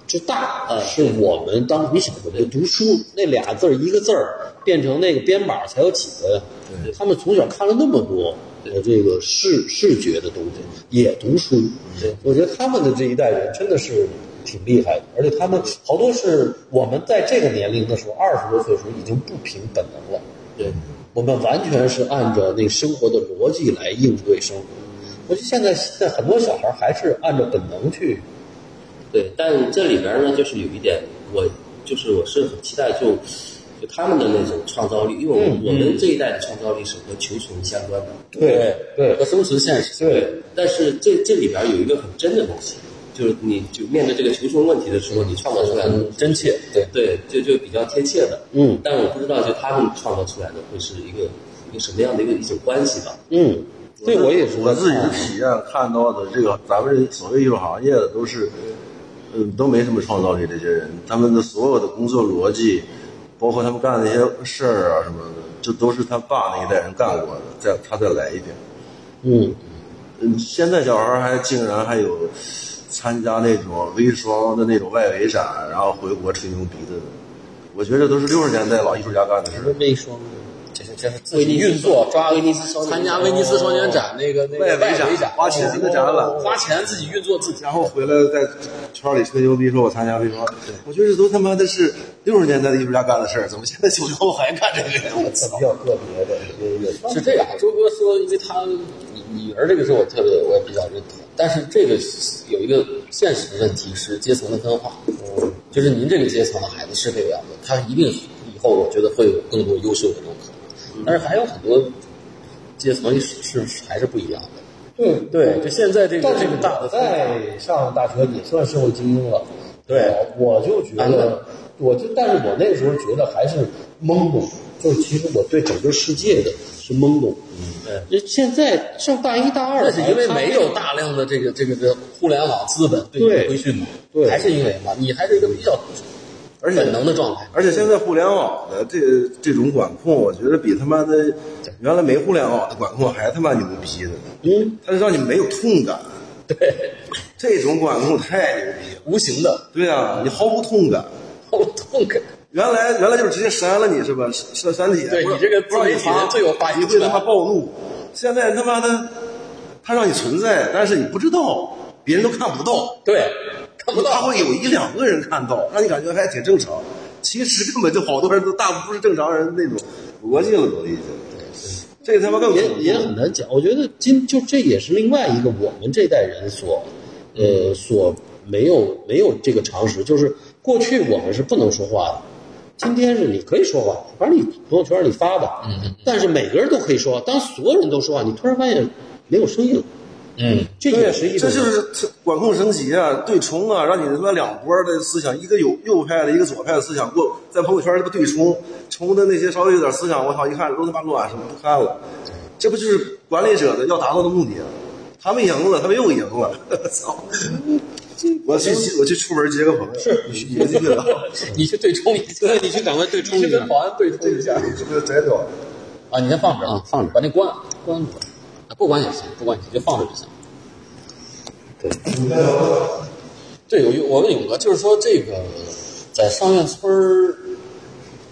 Speaker 1: 之大，呃是我们当时你想，我们读书那俩字儿一个字儿变成那个编码才有几个呀？他们从小看了那么多呃这个视视觉的东西，也读书，我觉得他们的这一代人真的是。挺厉害的，而且他们好多是我们在这个年龄的时候，二十多岁的时候已经不凭本能了。
Speaker 4: 对，
Speaker 1: 我们完全是按照那生活的逻辑来应对生活。我觉得现在现在很多小孩还是按照本能去，
Speaker 4: 对，但这里边儿呢，就是有一点，我就是我是很期待就就他们的那种创造力，因为
Speaker 2: 嗯
Speaker 4: 我们我们这一代的创造力是和求存相关的，
Speaker 1: 对对
Speaker 2: 和生存现实。
Speaker 1: 对，
Speaker 4: 但是这这里边儿有一个很真的东西，就是你就面对这个求生问题的时候，你创造出来的
Speaker 2: 嗯真切，对，
Speaker 4: 对，就就比较贴切的。
Speaker 1: 嗯
Speaker 4: 但我不知道，就他们创造出来的会是一个一个什么样的一个一种关系吧？
Speaker 1: 嗯，这我也是
Speaker 3: 我自己的体验看到的，这个咱们这所谓艺术行业的都是，嗯，都没什么创造力。这些人，他们的所有的工作逻辑，包括他们干的那些事儿啊什么的，这都是他爸那一代人干过的，再他再来一遍。
Speaker 1: 嗯，
Speaker 3: 嗯，现在小孩儿还竟然还有参加那种微双的那种外围展，然后回国吹牛逼的，我觉得都是六十年代老艺术家干的事
Speaker 2: 什
Speaker 3: 儿。
Speaker 2: 么微双，这是这是自己运作抓
Speaker 4: 威尼斯双年展
Speaker 2: 参加威尼斯双年展那个那个
Speaker 3: 外围
Speaker 2: 外
Speaker 3: 展
Speaker 2: 展，
Speaker 3: 花钱的展览
Speaker 2: 哦花钱自己运作自己
Speaker 3: 然后回来在圈里吹牛逼，说我参加微双，我觉得这都他妈的是六十年代的艺术家干的事儿，怎么现在九零后还干这个呀？我操！
Speaker 2: 较个别的是这样，周哥说，因为他女儿这个事我特别我也比较认同，但是这个有一个现实问题是阶层的分化，嗯，就是您这个阶层的孩子是这个样子，他一定以后我觉得会有更多优秀的这种可
Speaker 5: 嗯
Speaker 2: 能，但是还有很多阶层是是还是不一样的。
Speaker 5: 对
Speaker 2: 对，就现在这个
Speaker 5: 但是
Speaker 2: 这个大
Speaker 5: 我
Speaker 2: 的
Speaker 5: 在上大学也算社会精英了。
Speaker 2: 对
Speaker 5: 我我就觉
Speaker 2: 啊
Speaker 5: 得，我就但是我那个时候觉得还是懵懂，
Speaker 1: 就是其实我对整个世界的是懵懂。嗯，就现在上大一大二，
Speaker 2: 那是因为没有大量的这个这个这个互联网资本对你的
Speaker 1: 对
Speaker 2: 规训嘛，
Speaker 1: 对
Speaker 2: 还是因为嘛，你还是一个比较
Speaker 3: 而且
Speaker 2: 本能的状态。
Speaker 3: [laughs] 而且现在互联网的这这种管控，我觉得比他妈的原来没互联网的管控还他妈牛逼的呢。嗯，它是让你没有痛感。对，这种管控太牛逼了。
Speaker 2: 无形的，
Speaker 3: 对啊，你毫无痛感。
Speaker 2: 好痛感。
Speaker 3: 原来原来就是直接删了你是吧？删删帖。
Speaker 2: 对
Speaker 3: 不是
Speaker 2: 你这个
Speaker 3: 不让
Speaker 2: 自媒
Speaker 3: 你
Speaker 2: 体人
Speaker 3: 发
Speaker 2: 最有发言
Speaker 3: 啊你会
Speaker 2: 权
Speaker 3: 他妈暴怒。现在他妈的，他让你存在，但是你不知道，别人都看不到。
Speaker 1: [laughs]
Speaker 2: 对，看不
Speaker 3: 他
Speaker 2: 到。
Speaker 3: 会有一两个人看到，让你感觉还挺正常。其实根本就好多人都大不是正常人那种逻辑了，都已经。这他妈更
Speaker 1: 也也很难讲。我觉得今就这也是另外一个我们这代人所，呃，所没有没有这个常识，就是过去我们是不能说话的，今天是你可以说话，反正你朋友圈里发吧，嗯，但是每个人都可以说，当所有人都说话，你突然发现没有声音了，嗯，这也是一
Speaker 3: 这
Speaker 1: 种
Speaker 3: 就是管控升级啊，对冲啊，让你他妈两波的思想，一个有右派的，一个左派的思想过在朋友圈他妈对冲，冲的那些稍微有点思想，我操，一看都他妈乱，什么不看了。这不就是管理者的要达到的目的啊？他们赢了，他们又赢了， [laughs] 操！我去，我去出门接个朋友，是也这个。
Speaker 2: [laughs] 你去对冲一下，
Speaker 1: 你去赶快对冲
Speaker 2: 你去
Speaker 1: 一
Speaker 2: 跟
Speaker 1: 下。
Speaker 2: 保安对冲一下
Speaker 3: 这个摘掉。
Speaker 2: 啊！你先放这儿
Speaker 1: 啊放这儿
Speaker 2: 把那关了关了，啊不关也行，不关也行，就放这儿就行。对，有有我问勇哥，就是说这个在上院村儿，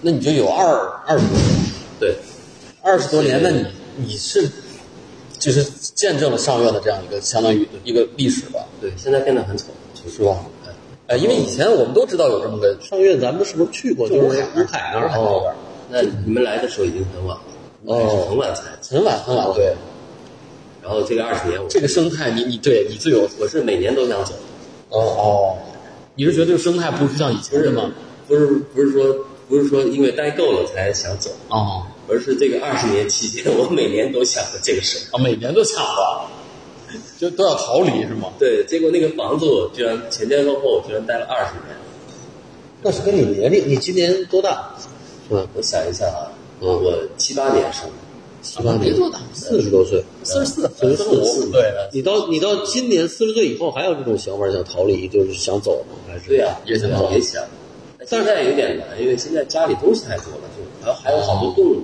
Speaker 2: 那你就有二二十多年，
Speaker 4: 对，
Speaker 2: 二十多年，那你你是就是见证了上院的这样一个相当于一个历史吧，
Speaker 4: 对，现在变得很丑，
Speaker 2: 是吧？呃，因为以前我们都知道有这么个
Speaker 1: 上院咱们是不是去过？就是吴海那儿哦，
Speaker 4: 那你们来的时候已经很晚了，
Speaker 1: 哦
Speaker 4: 很晚才。
Speaker 2: 很晚很晚了，哦对
Speaker 4: 然后这个二十年我，
Speaker 2: 这个生态你，你对你最有
Speaker 4: 我是每年都想走，
Speaker 2: 哦哦，你是觉得这个生态不是像以前的吗？
Speaker 4: 不是不是说不是说因为待够了才想走，
Speaker 2: 哦，
Speaker 4: 而是这个二十年期间，我每年都想着这个事儿。
Speaker 2: 啊，每年都抢吧，就都要逃离是吗？
Speaker 4: 对，结果那个房子我居然前前后后我居然待了二十年。
Speaker 1: 那是跟你年龄，你今年多大？
Speaker 4: 我想一下啊，我我七八年生的，
Speaker 1: 七八年，四十啊多岁，
Speaker 2: 四十四，
Speaker 1: 四十四，
Speaker 2: 对
Speaker 1: 你到你到今年四十岁以后，还有这种想法想逃离，就是想走吗？还是
Speaker 4: 对呀、
Speaker 2: 也想
Speaker 4: 想
Speaker 2: 走
Speaker 4: 也想，但现在有点难，因为现在家里东西太多了，就然后还有好多动物。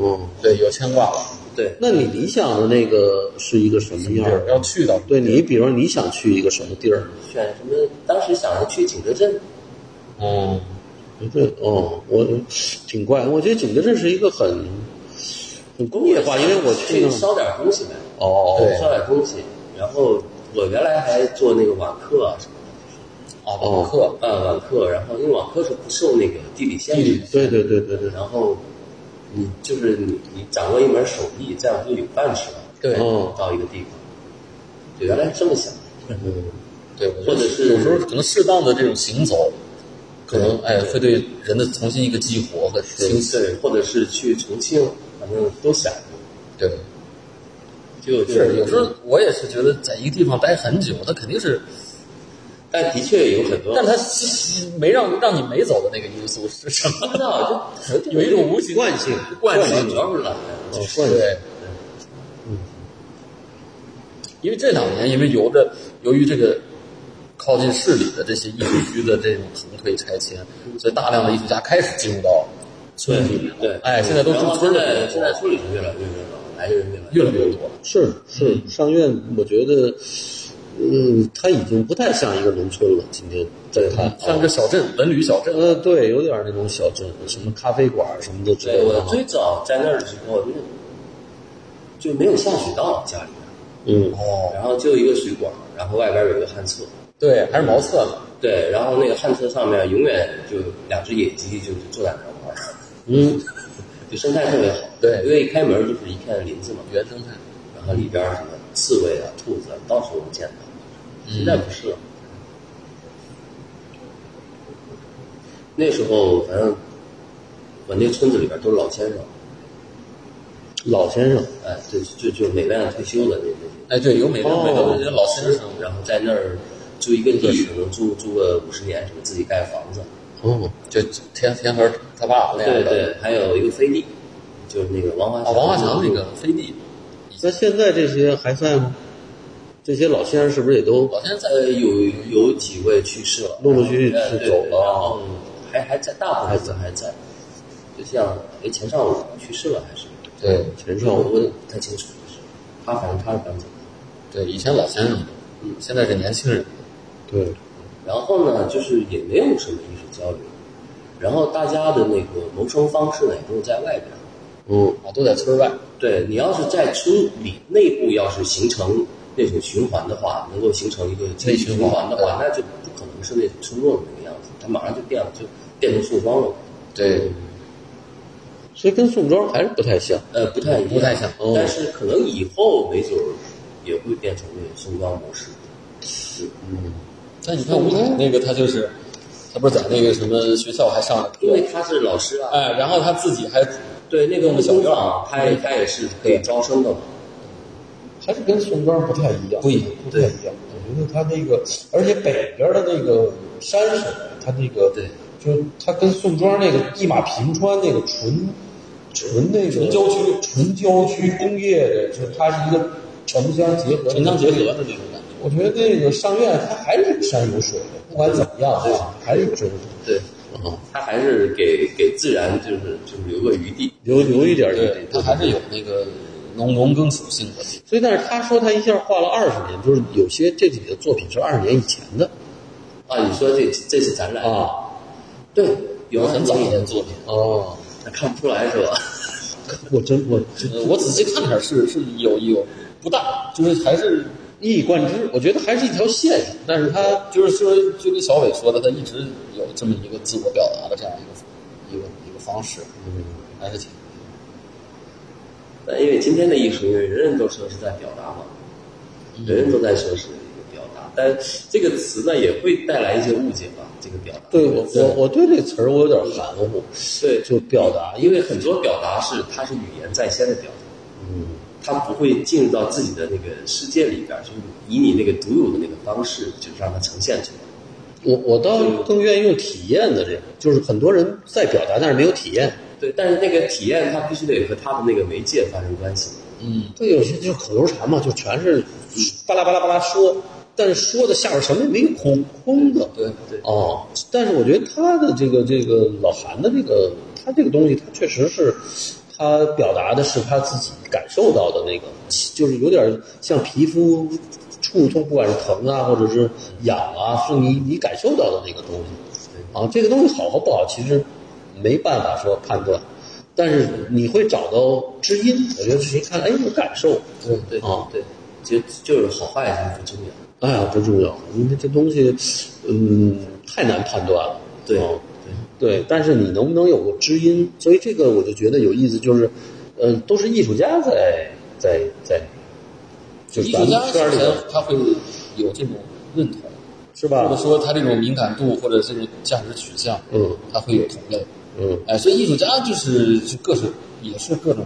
Speaker 1: 嗯，
Speaker 2: 对，有牵挂了，
Speaker 4: 对，
Speaker 1: 那你理想的那个是一个什么样
Speaker 2: 就是
Speaker 1: 儿？
Speaker 2: 要去到
Speaker 1: 对你，比如说你想去一个什么地儿？
Speaker 4: 选什么？当时想着去景德镇，
Speaker 2: 嗯，
Speaker 1: 对，哦，我挺怪，我觉得景德镇是一个很很工业化，因为我去
Speaker 4: 去
Speaker 1: 那
Speaker 4: 烧点东西呗，
Speaker 1: 哦，
Speaker 2: 对
Speaker 4: 烧点东西。然后我原来还做那个网课
Speaker 2: 哦
Speaker 4: 啊什么
Speaker 2: 啊，补
Speaker 1: 哦
Speaker 2: 课，
Speaker 4: 的，呃，网课，然后因为网课是不受那个地理限
Speaker 2: 地
Speaker 4: 制
Speaker 2: 理，
Speaker 1: 对对对对对，
Speaker 4: 然后你就是你你掌握一门手艺，这样就有饭吃了。
Speaker 2: 对
Speaker 1: 哦，
Speaker 4: 到一个地方，就原来是这么想的。
Speaker 2: 对，我觉得
Speaker 4: 或者是
Speaker 2: 有时候可能适当的这种行走，可能哎会对人的重新一个激活和清醒，
Speaker 4: 对，或者是去重庆，反正都想过。
Speaker 2: 对。，
Speaker 4: 就就是
Speaker 2: 有时候，我也是觉得在一个地方待很久，那肯定是，
Speaker 4: 但的确有很多，
Speaker 2: 但他没让让你没走的那个因素是什么？
Speaker 4: 不知道，就
Speaker 2: 有一种无形惯性，惯性
Speaker 4: 主要是懒人。
Speaker 1: 哦，换
Speaker 2: 对，嗯，因为这两年，因为由着由于这个靠近市里的这些艺术区的这种腾退拆迁，所以大量的艺术家开始进入到村里面了。
Speaker 4: 对，
Speaker 2: 哎，现在都
Speaker 4: 然
Speaker 2: 住
Speaker 4: 后
Speaker 2: 村
Speaker 4: 现
Speaker 2: 里
Speaker 4: 在
Speaker 2: 了。
Speaker 4: 现在村里是越来越热闹，来男人越来
Speaker 1: 越来越多。是是，
Speaker 2: 嗯
Speaker 1: 上院我觉得，嗯，它已经不太像一个农村了。今天再看，
Speaker 2: 像个小镇文旅小镇，
Speaker 1: 呃，对，有点那种小镇，什么咖啡馆什么的之类
Speaker 4: 对，我
Speaker 1: 的哈。
Speaker 4: 最早在那儿的时候，那个就没有下水道家里面，
Speaker 1: 嗯，
Speaker 2: 哦
Speaker 4: 然后就一个水管，然后外边有一个旱厕，
Speaker 2: 对，还是茅厕呢。
Speaker 4: 对，然后那个旱厕上面永远就两只野鸡就就坐在那儿玩儿，
Speaker 1: 嗯，
Speaker 4: 就生态特别好。
Speaker 2: 对
Speaker 4: 因为一开门就是一片林子嘛，
Speaker 2: 原生态，
Speaker 4: 然后里边儿什么刺猬啊、兔子啊，到处能见到。
Speaker 2: 嗯
Speaker 4: 现在不是了。那时候反正我那村子里边都是老先生，
Speaker 1: 老先生，
Speaker 4: 哎，对，就就美院退休的那那些。
Speaker 2: 哎，对，有美人，美
Speaker 1: 哦
Speaker 2: 人老先生，
Speaker 4: 然后在那儿住一个地，可能住住个五十年，什么自己盖房子。
Speaker 1: 哦，
Speaker 2: 就田田和他爸那样
Speaker 4: 对
Speaker 2: 的，
Speaker 4: 对，还有一个飞地，就是那个王华
Speaker 2: 啊，王华强那个飞地，
Speaker 1: 那现在这些还在吗？这些老先生是不是也都
Speaker 2: 老先生在
Speaker 4: 呃，有有几位去世了，
Speaker 1: 陆陆续续
Speaker 4: 呃
Speaker 1: 是
Speaker 4: 对
Speaker 1: 走了
Speaker 4: 然后还还在，大部分都还在。就像哎，钱尚武去世了还是？
Speaker 2: 对
Speaker 1: 全
Speaker 4: 我
Speaker 1: 上？
Speaker 4: 我不太清楚，就是他反正他是搬走。
Speaker 2: 对，以前老先生，嗯，现在是年轻人，
Speaker 1: 对，
Speaker 4: 然后呢，就是也没有什么艺术交流，然后大家的那个谋生方式呢，也都是在外边儿。
Speaker 1: 嗯，
Speaker 2: 啊，都在村外，
Speaker 4: 对你要是在村里内部要是形成那种循环的话，能够形成一个经济循环的话，那就不可能是那种村落的那个样子，它马上就变了，就变成宋庄了。
Speaker 2: 对，
Speaker 1: 所以跟宋庄还是不太像。
Speaker 4: 呃，不太一样
Speaker 2: 不太像
Speaker 1: 哦
Speaker 4: 但是可能以后没准儿也会变成那种宋庄模式。
Speaker 2: 但你看吴凯那个，他就是，他不是在那个什么学校还上了
Speaker 4: 因
Speaker 2: 课，
Speaker 4: 为他是老师啊，
Speaker 2: 哎，然后他自己还
Speaker 4: 对那个
Speaker 2: 弄个
Speaker 4: 木
Speaker 2: 小
Speaker 4: 工
Speaker 2: 院儿
Speaker 4: 坊，他也他也是可以招生的嘛。
Speaker 5: 还是跟宋庄不太一样，
Speaker 2: 不一样
Speaker 5: 不太一样。我觉得它那个，而且北边的那个山水，它那个
Speaker 4: 对，
Speaker 5: 就是它跟宋庄那个一马平川那个纯纯那个纯郊区、纯郊区工业的，就是它是一个城乡结合的
Speaker 2: 城乡结合的那种感觉。
Speaker 5: 我觉得那个上院它还是有山有水的，不管怎么样啊，还是有水有水。
Speaker 4: 对，他还是给给自然就是就是留个余地。
Speaker 1: 留留一点儿余
Speaker 2: 对
Speaker 1: 地，，
Speaker 2: 他还是有那个农农耕属性的。
Speaker 1: 所以，但是他说他一下画了二十年，就是有些这里的作品是二十年以前的
Speaker 4: 啊，你说这这次展览，
Speaker 1: 啊。
Speaker 4: 对，有
Speaker 2: 很早的作品，
Speaker 1: 哦，
Speaker 4: 那看不出来是吧？
Speaker 1: 我真我真
Speaker 2: 呃我仔细看了点是是有有不大，就是还是
Speaker 1: 一以贯之，我觉得还是一条线上，但是他
Speaker 2: 他就是说，就跟小伟说的，他一直有这么一个自我表达的这样一个一个一个方式，嗯，还是挺
Speaker 4: 呃但因为今天的艺术，因为人人都说是在表达嘛，
Speaker 1: 嗯
Speaker 4: 人人都在说是一个表达，但这个词呢也会带来一些误解吧。这个表达，
Speaker 1: 对我我我对这词儿我有点含糊，
Speaker 4: 对，
Speaker 1: 就表达，
Speaker 4: 因为很多表达是它是语言在先的表达，嗯，它不会进入到自己的那个世界里边儿，就是以你那个独有的那个方式，就是让它呈现出来。
Speaker 1: 我我倒更愿意用体验的这个，就是很多人在表达，但是没有体验。
Speaker 4: 对，但是那个体验它必须得和它的那个媒介发生关系。
Speaker 1: 对，有些就是口头禅嘛，就全是巴拉巴拉巴拉说，但是说的下边什么也没有，空空的。
Speaker 2: 对对
Speaker 1: 哦，但是我觉得他的这个这个老韩的这个他这个东西，他确实是他表达的是他自己感受到的那个，就是有点像皮肤触痛，不管是疼啊，或者是痒啊，是你你感受到的那个东西。啊，这个东西好和不好，其实没办法说判断，但是你会找到知音。我觉得是一看，哎，有感受，
Speaker 2: 对对
Speaker 4: 对
Speaker 1: 哦
Speaker 4: 对，就就是好坏它不重要。
Speaker 1: 哎呀，不重要，因为这东西，嗯，太难判断了。
Speaker 4: 对
Speaker 1: 哦对，但是你能不能有个知音？所以这个我就觉得有意思，就是，呃，都是艺术家在在在，就是
Speaker 2: 艺
Speaker 1: 咱
Speaker 2: 术
Speaker 1: 们
Speaker 2: 家
Speaker 1: 圈
Speaker 2: 首
Speaker 1: 里
Speaker 2: 先
Speaker 1: 边
Speaker 2: 他会有这种认同，
Speaker 1: 是
Speaker 2: 或者
Speaker 1: 吧？
Speaker 2: 说他这种敏感度或者这种价值取向，
Speaker 1: 嗯，
Speaker 2: 他会有同类，
Speaker 1: 嗯，
Speaker 2: 哎，所以艺术家就是就各是也是各种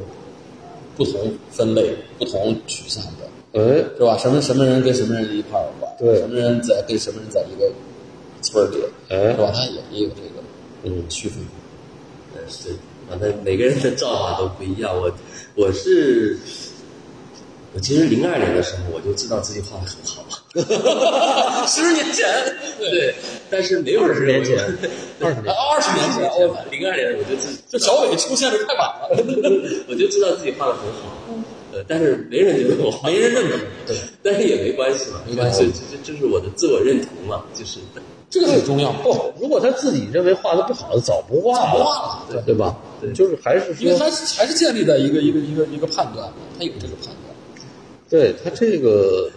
Speaker 2: 不同分类、不同取向的，
Speaker 1: 哎，
Speaker 2: 是吧？什么什么人跟什么人一块儿玩，
Speaker 1: 对
Speaker 2: 什么人在跟什么人在一个村儿里，
Speaker 1: 哎
Speaker 2: 是吧？他也也有这个
Speaker 1: 嗯
Speaker 2: 区分，
Speaker 4: 呃，是，反正每个人的造法都不一样。我我是我其实零二年的时候我就知道自己画的很好， [laughs] 十年前对，但是没有人认为我
Speaker 1: 二十
Speaker 2: 啊
Speaker 1: 年，
Speaker 2: 二十年前，我
Speaker 4: 零二年我就自 [laughs]
Speaker 2: 这小伟出现的太晚了，
Speaker 4: 我就知道自己画的很好，呃，但是没人觉得我画得好，
Speaker 2: 没人认可，对，
Speaker 4: [laughs] 但是也没关系嘛，没
Speaker 2: 关系
Speaker 4: 这这这是我的自我认同嘛，就是
Speaker 2: 这个很重要。
Speaker 1: 不，哦如果他自己认为画的不好，早不画
Speaker 2: 不
Speaker 1: 了，
Speaker 2: 画了，
Speaker 1: 对吧？就是还是
Speaker 2: 因为
Speaker 1: 说，
Speaker 2: 他还是建立在一个一个一个一个判断，他有这个判断。
Speaker 1: 对他这个，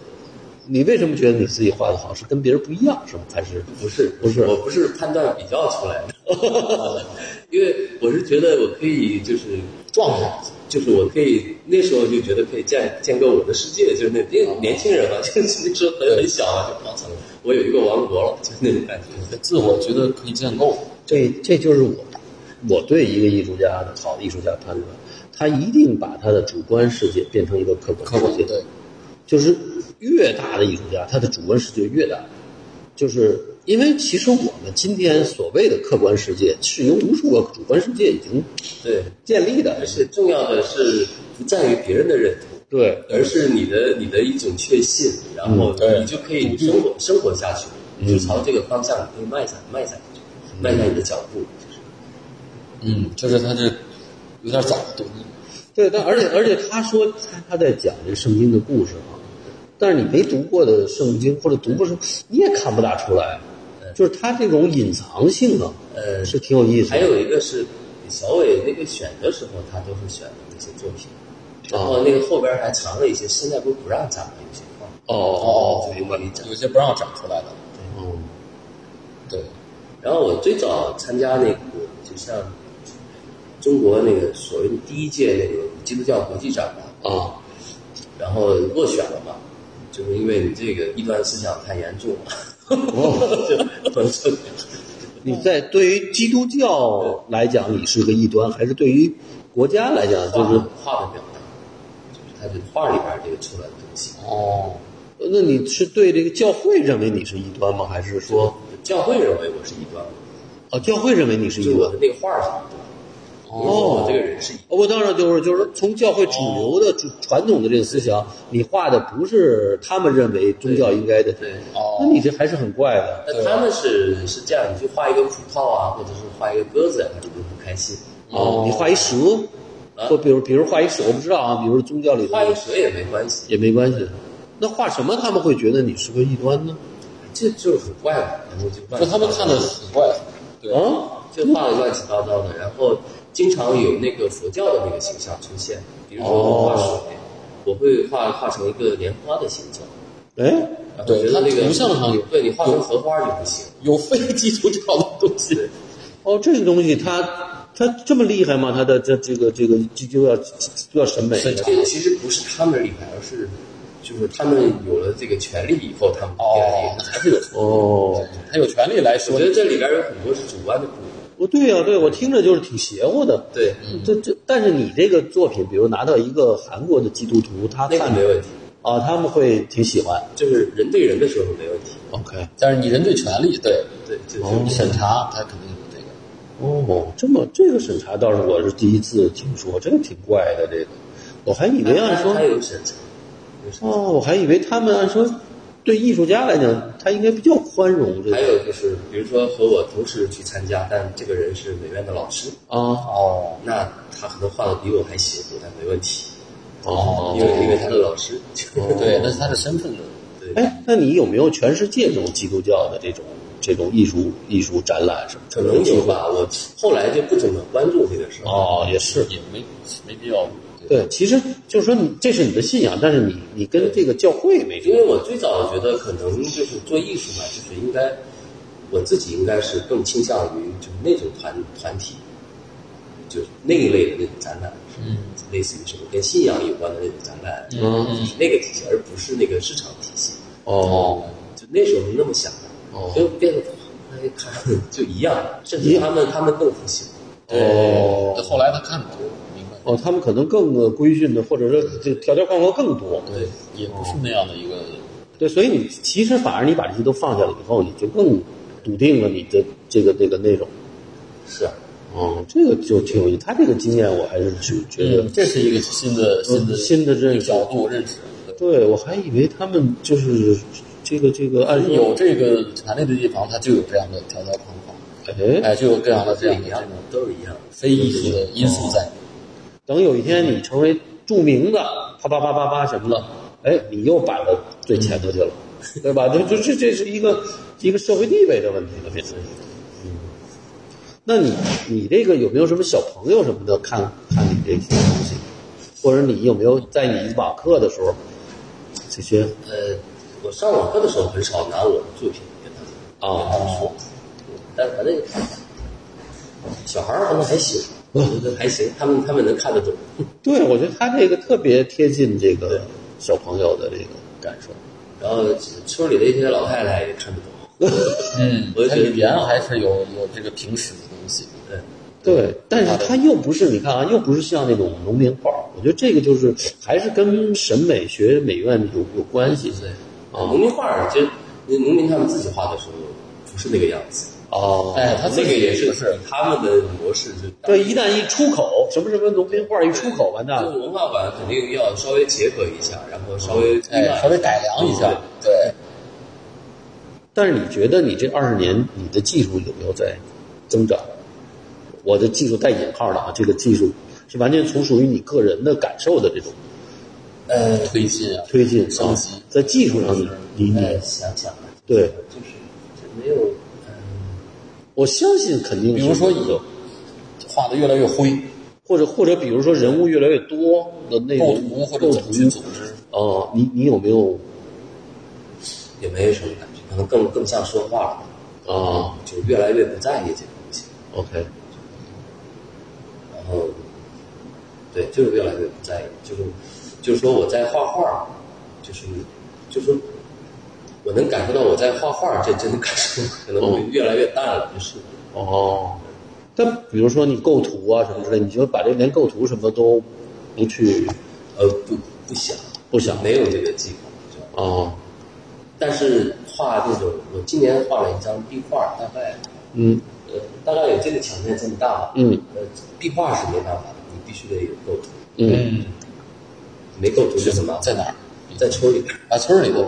Speaker 1: 你为什么觉得你自己画的好？是跟别人不一样，是吗？还是
Speaker 4: 不是
Speaker 1: 不是
Speaker 4: 我不是判断比较出来的， [laughs] 因为我是觉得我可以就是
Speaker 2: 状态，
Speaker 4: 就是我可以那时候就觉得可以建建构我的世界，就是那因为年轻人嘛，就是那时候很很小嘛，就跑操，我有一个王国了，就是那种感觉。
Speaker 2: 自我觉得可以建构，
Speaker 1: 这这就是我我对一个艺术家的好的艺术家判断，他一定把他的主观世界变成一个客
Speaker 2: 客
Speaker 1: 观
Speaker 2: 观
Speaker 1: 世界。
Speaker 2: 对，
Speaker 1: 就是越大的艺术家，他的主观世界越大，就是因为其实我们今天所谓的客观世界，是由无数个主观世界已经
Speaker 4: 对，
Speaker 1: 建立的
Speaker 4: 而。且重要的是不在于别人的认同。
Speaker 1: 对，
Speaker 4: 而是你的你的一种确信，然后
Speaker 1: 嗯
Speaker 2: 对
Speaker 4: 你就可以生活、生活下去，你就朝这个方向你可以迈下迈下去，迈下你的脚步。
Speaker 2: 嗯，这是他这有点早，
Speaker 1: 对，
Speaker 2: 对，
Speaker 1: 但而且而且他说他他在讲这圣经的故事啊，但是你没读过的圣经或者读过圣，你也看不大出来，
Speaker 4: 嗯
Speaker 1: 就是他这种隐藏性啊，
Speaker 4: 呃，
Speaker 1: 是挺有意思的。
Speaker 4: 还有一个是小伟那个选的时候，他都是选的那些作品，然后
Speaker 1: 啊
Speaker 4: 那个后边还藏了一些，现在不是不让展了有些画，
Speaker 1: 哦哦
Speaker 4: 就没往里展。
Speaker 2: 有些不让长出来的，
Speaker 1: 哦，
Speaker 2: 对，
Speaker 4: 然后我最早参加那个，就像中国那个所谓的第一届那个基督教国际展吧，
Speaker 1: 啊
Speaker 4: 然后落选了嘛，就是因为你这个异端思想太严重了，就就
Speaker 1: 你在对于基督教来讲，你是个异端，还是对于国家来讲，就
Speaker 4: 画
Speaker 1: 是
Speaker 4: 画的表达，就是他这画里边这个出来的东西。
Speaker 2: 哦，
Speaker 1: 那你是对这个教会认为你是异端吗？还是说
Speaker 4: 教会认为我是异端，
Speaker 1: 啊，教会认为你是
Speaker 4: 就
Speaker 1: 异
Speaker 4: 是我
Speaker 1: 端
Speaker 4: 的？那个画是异端，
Speaker 2: 哦
Speaker 4: 不是说我这个人是异端。
Speaker 1: 我当然就是就是从教会主流的主传统的这个思想，你画的不是他们认为宗教应该的，
Speaker 4: 对，
Speaker 2: 哦
Speaker 1: 那你这还是很怪的。
Speaker 4: 那他们是是这样，你就画一个葡萄啊，或者是画一个鸽子，啊他就会很开心。
Speaker 1: 哦，你画一蛇，或比如比如画一蛇，我不知道啊，比如宗教里头
Speaker 4: 画一个蛇也没关系，
Speaker 1: 也没关系。那画什么他们会觉得你是个异端呢？
Speaker 4: 这就是很怪嘛，然后就乱七八糟
Speaker 2: 说他们看的很怪，对，
Speaker 1: 啊，
Speaker 4: 就画的乱七八糟的，然后经常有那个佛教的那个形象出现，比如说我画水，
Speaker 2: 哦
Speaker 4: 我会画画成一个莲花的形象，
Speaker 1: 哎，
Speaker 4: 然后
Speaker 2: 对
Speaker 4: 觉得那个
Speaker 2: 它图像上有
Speaker 4: 对你画成荷花就不行，
Speaker 2: 有非基督教的东西，
Speaker 1: 哦，这个东西它它这么厉害吗？它的这这个这个就就要就要审美
Speaker 2: 审查
Speaker 4: 这个其实不是他们厉害，而是就是他们有了这个权利以后，他们变得厉害。
Speaker 2: 还是有，
Speaker 1: 哦，
Speaker 2: 他有权利来说
Speaker 4: 我觉，得这里边有很多是主观的部分，
Speaker 1: 不哦对呀、对我听着就是挺邪乎的。
Speaker 4: 对，
Speaker 1: 这这，但是你这个作品，比如拿到一个韩国的基督徒，他
Speaker 2: 嗯
Speaker 4: 那个
Speaker 1: 看
Speaker 4: 没问题，
Speaker 1: 啊，他们会挺喜欢。
Speaker 4: 就是人对人的时候没问题，
Speaker 1: OK，
Speaker 2: 但是你人对权利，对，
Speaker 4: 对，就
Speaker 1: 哦
Speaker 4: 是
Speaker 2: 审查他肯定有这个，
Speaker 1: 哦，这么这个审查倒是我是第一次听说，这个挺怪的。这个我还以为按说
Speaker 4: 他有审查，有审查
Speaker 1: 哦，我还以为他们按说对艺术家来讲，他应该比较宽容这
Speaker 4: 还
Speaker 1: 个
Speaker 4: 有就是，比如说和我同事去参加，但这个人是美院的老师，
Speaker 1: 啊
Speaker 2: 哦，
Speaker 4: 那他可能画的比我还邪乎，但没问题，
Speaker 1: 哦
Speaker 4: 因为因为他的老师。
Speaker 2: 对，哦那是他的身份的，
Speaker 1: 哎，那你有没有全世界这种基督教的这种这种艺术艺术展览什么？
Speaker 4: 可能有吧，我后来就不怎么关注这个事儿。
Speaker 1: 哦，也是。
Speaker 2: 也没没必要，
Speaker 1: 对，其实就是说你这是你的信仰，但是你你跟这个教会没什
Speaker 4: 因
Speaker 1: 么
Speaker 4: 为我最早觉得可能就是做艺术嘛，就是应该我自己应该是更倾向于就是那种团团体，就是那一类的那种展览，嗯，类似于什么跟信仰有关的那种展览，嗯，就是那个体系，而不是那个市场体系。
Speaker 1: 哦
Speaker 4: 就那时候是那么想的，
Speaker 1: 哦
Speaker 4: 所以变得那一看就一样，甚至他们他们更不行。
Speaker 1: 哦
Speaker 2: 后来他看过，明白，
Speaker 1: 哦，他们可能更呃规训的，或者说这条条框框更多。
Speaker 2: 对，也不是那样的一个，
Speaker 1: 对，所以你其实反而你把这些都放下了以后，你就更笃定了你的这个这个内容。
Speaker 4: 是啊，
Speaker 1: 哦，这个就挺有意思。他这个经验我还是觉觉得
Speaker 2: 嗯，这是一个新的新的
Speaker 1: 新的认识。嗯
Speaker 2: 角度认识，对。
Speaker 1: 对，我还以为他们就是这个这个按说
Speaker 2: 有这个权利的地方，它就有这样的条条框框，
Speaker 1: 哎，
Speaker 2: 哎，就有这样的
Speaker 4: 都
Speaker 2: 这
Speaker 4: 是
Speaker 2: 样
Speaker 4: 一
Speaker 2: 的这
Speaker 4: 样
Speaker 2: 种
Speaker 4: 的，都是一样的。
Speaker 2: 非艺术的因素在。
Speaker 1: 等有一天你成为著名的啪啪啪啪啪什么的，哎，你又摆到最前头去了，对吧？这这这这是一个一个社会地位的问题了，这是。嗯那你你这个有没有什么小朋友什么的看看你这些东西，或者你有没有在你网课的时候，这些
Speaker 4: 呃，我上网课的时候很少拿我的作品跟他们
Speaker 1: 啊
Speaker 4: 他们说，但反正小孩儿他们还行，我觉得还行，他们他们能看得懂。
Speaker 1: 对，我觉得他这个特别贴近这个小朋友的这个感受。
Speaker 4: 然后村里的一些老太太也看不懂，
Speaker 2: 嗯，
Speaker 4: 我就
Speaker 2: 它
Speaker 4: 觉得
Speaker 2: 里边还是有有这个平时的东西。
Speaker 4: 对，
Speaker 1: 对，但是他又不是，你看啊，又不是像那种农民画儿，我觉得这个就是还是跟审美学美院有有关系。
Speaker 4: 对，啊，农民画儿就那农民他们自己画的时候不是那个样子，
Speaker 1: 哦，
Speaker 2: 哎，它
Speaker 4: 那
Speaker 2: 这
Speaker 4: 个也是
Speaker 2: 不是
Speaker 4: 他们的模式就
Speaker 1: 对，啊一旦一出口，什么什么农民画儿一出口，完蛋
Speaker 4: 这
Speaker 1: 了。
Speaker 4: 个文化馆肯定要稍微结合一下，然后稍微推
Speaker 2: 哎，稍微改良一下。
Speaker 1: 嗯
Speaker 2: 对，
Speaker 1: 但是你觉得你这二十年，你的技术有没有在增长？我的技术带引号的啊，这个技术是完全从属于你个人的感受的这种
Speaker 2: 呃，推进啊，
Speaker 1: 推进
Speaker 2: 升级
Speaker 1: 啊在技术上你你你
Speaker 4: 哎，想想啊，
Speaker 1: 对，
Speaker 4: 就是就没有，嗯，
Speaker 1: 我相信肯定是
Speaker 2: 比如说
Speaker 1: 有的，
Speaker 2: 画的越来越灰，
Speaker 1: 或者或者比如说人物越来越多的内
Speaker 2: 构
Speaker 1: 容
Speaker 2: 图或者
Speaker 1: 构
Speaker 2: 怎么去
Speaker 1: 图
Speaker 2: 组织，
Speaker 1: 哦，你你有没有
Speaker 4: 也没什么感觉，可能更更像说话了，
Speaker 1: 啊
Speaker 4: 就越来越不在意这个东西，
Speaker 1: ？OK，
Speaker 4: 然后，对，就是越来越不在意，就是就是说我在画画，就是就是。我能感受到我在画画，这真的感受可能会越来越淡了，就是
Speaker 1: 哦，但比如说你构图啊什么之类，你就把这连构图什么都不去
Speaker 4: 呃不不想
Speaker 1: 不想
Speaker 4: 没有这个计划，就
Speaker 1: 哦，
Speaker 4: 但是画那种，我今年画了一张壁画，大概
Speaker 1: 嗯
Speaker 4: 呃大概有这个墙面这么大吧。
Speaker 1: 嗯
Speaker 4: 呃，壁画是没办法的，你必须得有构图，
Speaker 1: 嗯，
Speaker 2: 嗯，
Speaker 4: 没构图就怎么
Speaker 2: 在哪儿？
Speaker 4: 在村里边儿
Speaker 2: 啊，村里的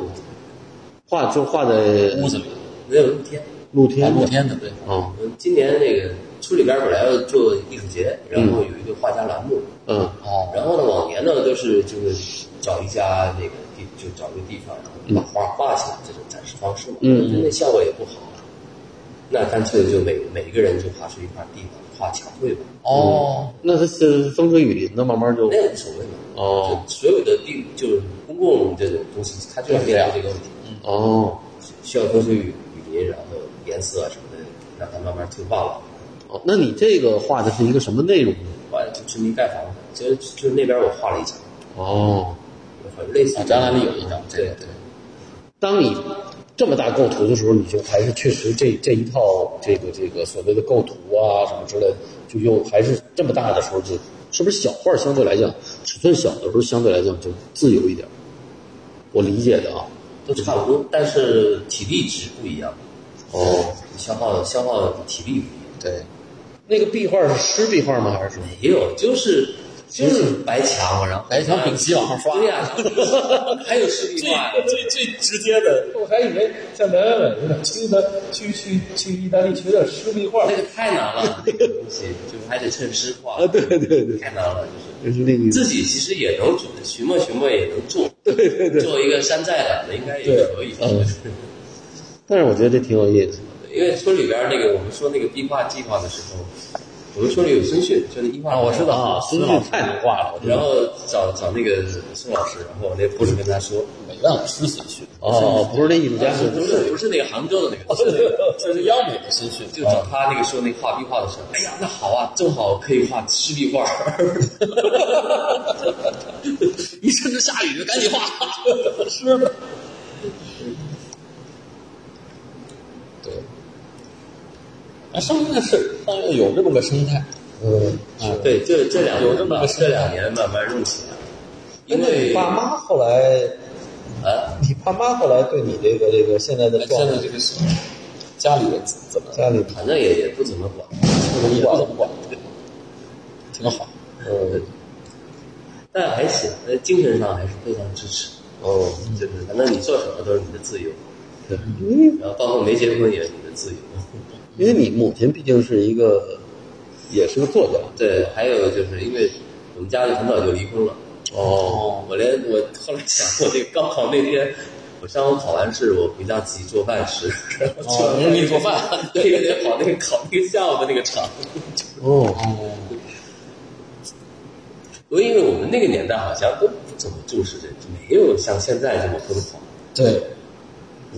Speaker 1: 画就画在
Speaker 2: 屋子里，
Speaker 1: 嗯
Speaker 4: 没有露天。
Speaker 1: 露
Speaker 2: 啊，
Speaker 1: 天
Speaker 2: 露
Speaker 1: 的
Speaker 2: 天的，对，
Speaker 1: 啊，
Speaker 4: 我今年那个村里边儿本来要做艺术节，然后有一个画家栏目，
Speaker 1: 嗯
Speaker 2: 哦，
Speaker 4: 然后呢，往年呢都是就是找一家那个地，就找一个地方，然后把画画起来这种展示方式嘛。
Speaker 1: 嗯
Speaker 4: 那效果也不好，那干脆就每每一个人就画出一块地方，画墙绘吧。
Speaker 2: 哦，
Speaker 1: 那它是风吹雨淋的，慢慢就
Speaker 4: 那也无所谓嘛。
Speaker 1: 哦
Speaker 4: 就所有的地就是公共这种东西，它就要面对这个问题，
Speaker 1: 哦
Speaker 4: 需要风吹雨雨淋，然后颜色啊什么的，让它慢慢退化了。
Speaker 1: 哦，那你这个画的是一个什么内容呢？
Speaker 4: 完了就村民盖房子，其实就是那边我画了一墙，
Speaker 1: 哦，
Speaker 4: 很类似
Speaker 2: 啊
Speaker 4: 于。
Speaker 2: 展览里有一张，
Speaker 4: 对
Speaker 2: 对
Speaker 4: 对
Speaker 2: 对，
Speaker 1: 当你这么大构图的时候，你就还是确实这这一套这个这个所谓的构图啊什么之类的，就又还是这么大的时候就，是不是小画相对来讲尺寸小的时候相对来讲就自由一点？我理解的啊。
Speaker 4: 都差不多，但是体力值不一样，
Speaker 1: 哦，
Speaker 4: 消耗消耗体力不一样。
Speaker 2: 对，
Speaker 1: 那个壁画是湿壁画吗？还是什么？
Speaker 4: 也有就是就是白墙，然后
Speaker 2: 白墙丙烯往上刷
Speaker 4: 对呀、 [laughs] 还有湿壁画，
Speaker 5: 最直接的，我还以为像梁文伟似的，去的去去去意大利学点湿壁画
Speaker 4: 那个太难了，那个东西就是还得趁湿画
Speaker 1: 啊，，对对对，
Speaker 4: 太难了，就是。
Speaker 1: 就是那个
Speaker 4: 自己其实也能寻摸寻摸，也能做，对对对，做一个山寨版的应该也可以。
Speaker 1: 嗯但是我觉得这挺有意思的。
Speaker 4: 因为村里边儿那个我们说那个壁画计划的时候，我们村里有孙旭，就那一画，
Speaker 2: 啊我知道
Speaker 1: 啊，孙
Speaker 2: 老
Speaker 1: 旭
Speaker 2: 师
Speaker 1: 太能画了，我觉
Speaker 4: 然
Speaker 1: 得。
Speaker 4: 后找找那个孙老师，然后我那同事跟他说，
Speaker 2: 美院老师所训，
Speaker 1: 哦，不是那艺术家，是
Speaker 4: 啊不是不是那个杭州的那个，是那 [laughs] 个
Speaker 2: 这是央美的新训，
Speaker 4: 就找他那个说那画壁画的时候，哎呀，那好啊，正好可以画湿壁画，一甚至下雨就赶紧画，
Speaker 2: [laughs] 是的，对。啊，上月是上月有这么个生态，
Speaker 1: 嗯，
Speaker 4: [laughs] 对，这这两
Speaker 2: 有这么个
Speaker 4: 这两年慢啊慢用起来，啊因
Speaker 5: 那
Speaker 4: 为
Speaker 5: 你爸妈后来，
Speaker 4: 啊，
Speaker 5: 你爸妈后来对你这个这个现在的
Speaker 2: 现
Speaker 5: 状
Speaker 2: 在
Speaker 5: 态，
Speaker 2: 这个是家里人怎么
Speaker 5: 家里
Speaker 4: 反正也也不怎么管，
Speaker 2: 怎么管怎么管，挺好。
Speaker 5: 嗯
Speaker 4: 但还行，呃，精神上还是非常支持，
Speaker 1: 哦，
Speaker 4: 就是反正你做什么都是你的自由，嗯
Speaker 1: 对，
Speaker 4: 然后包括没结婚也是你的自由，
Speaker 1: 因为你母亲毕竟是一个，也是个作家，
Speaker 4: 对，还有就是因为我们家里很早就离婚了，
Speaker 1: 哦，
Speaker 4: 哦，我连我后来想，我那个高考那天，我上午考完试，我回家自己做饭吃， [laughs]
Speaker 2: 哦有人给你做饭，
Speaker 4: 对，得跑那个考那个下午的那个场。
Speaker 1: 哦，
Speaker 4: 所以因为我们那个年代好像都不怎么重视这，没有像现在这么疯狂，
Speaker 2: 对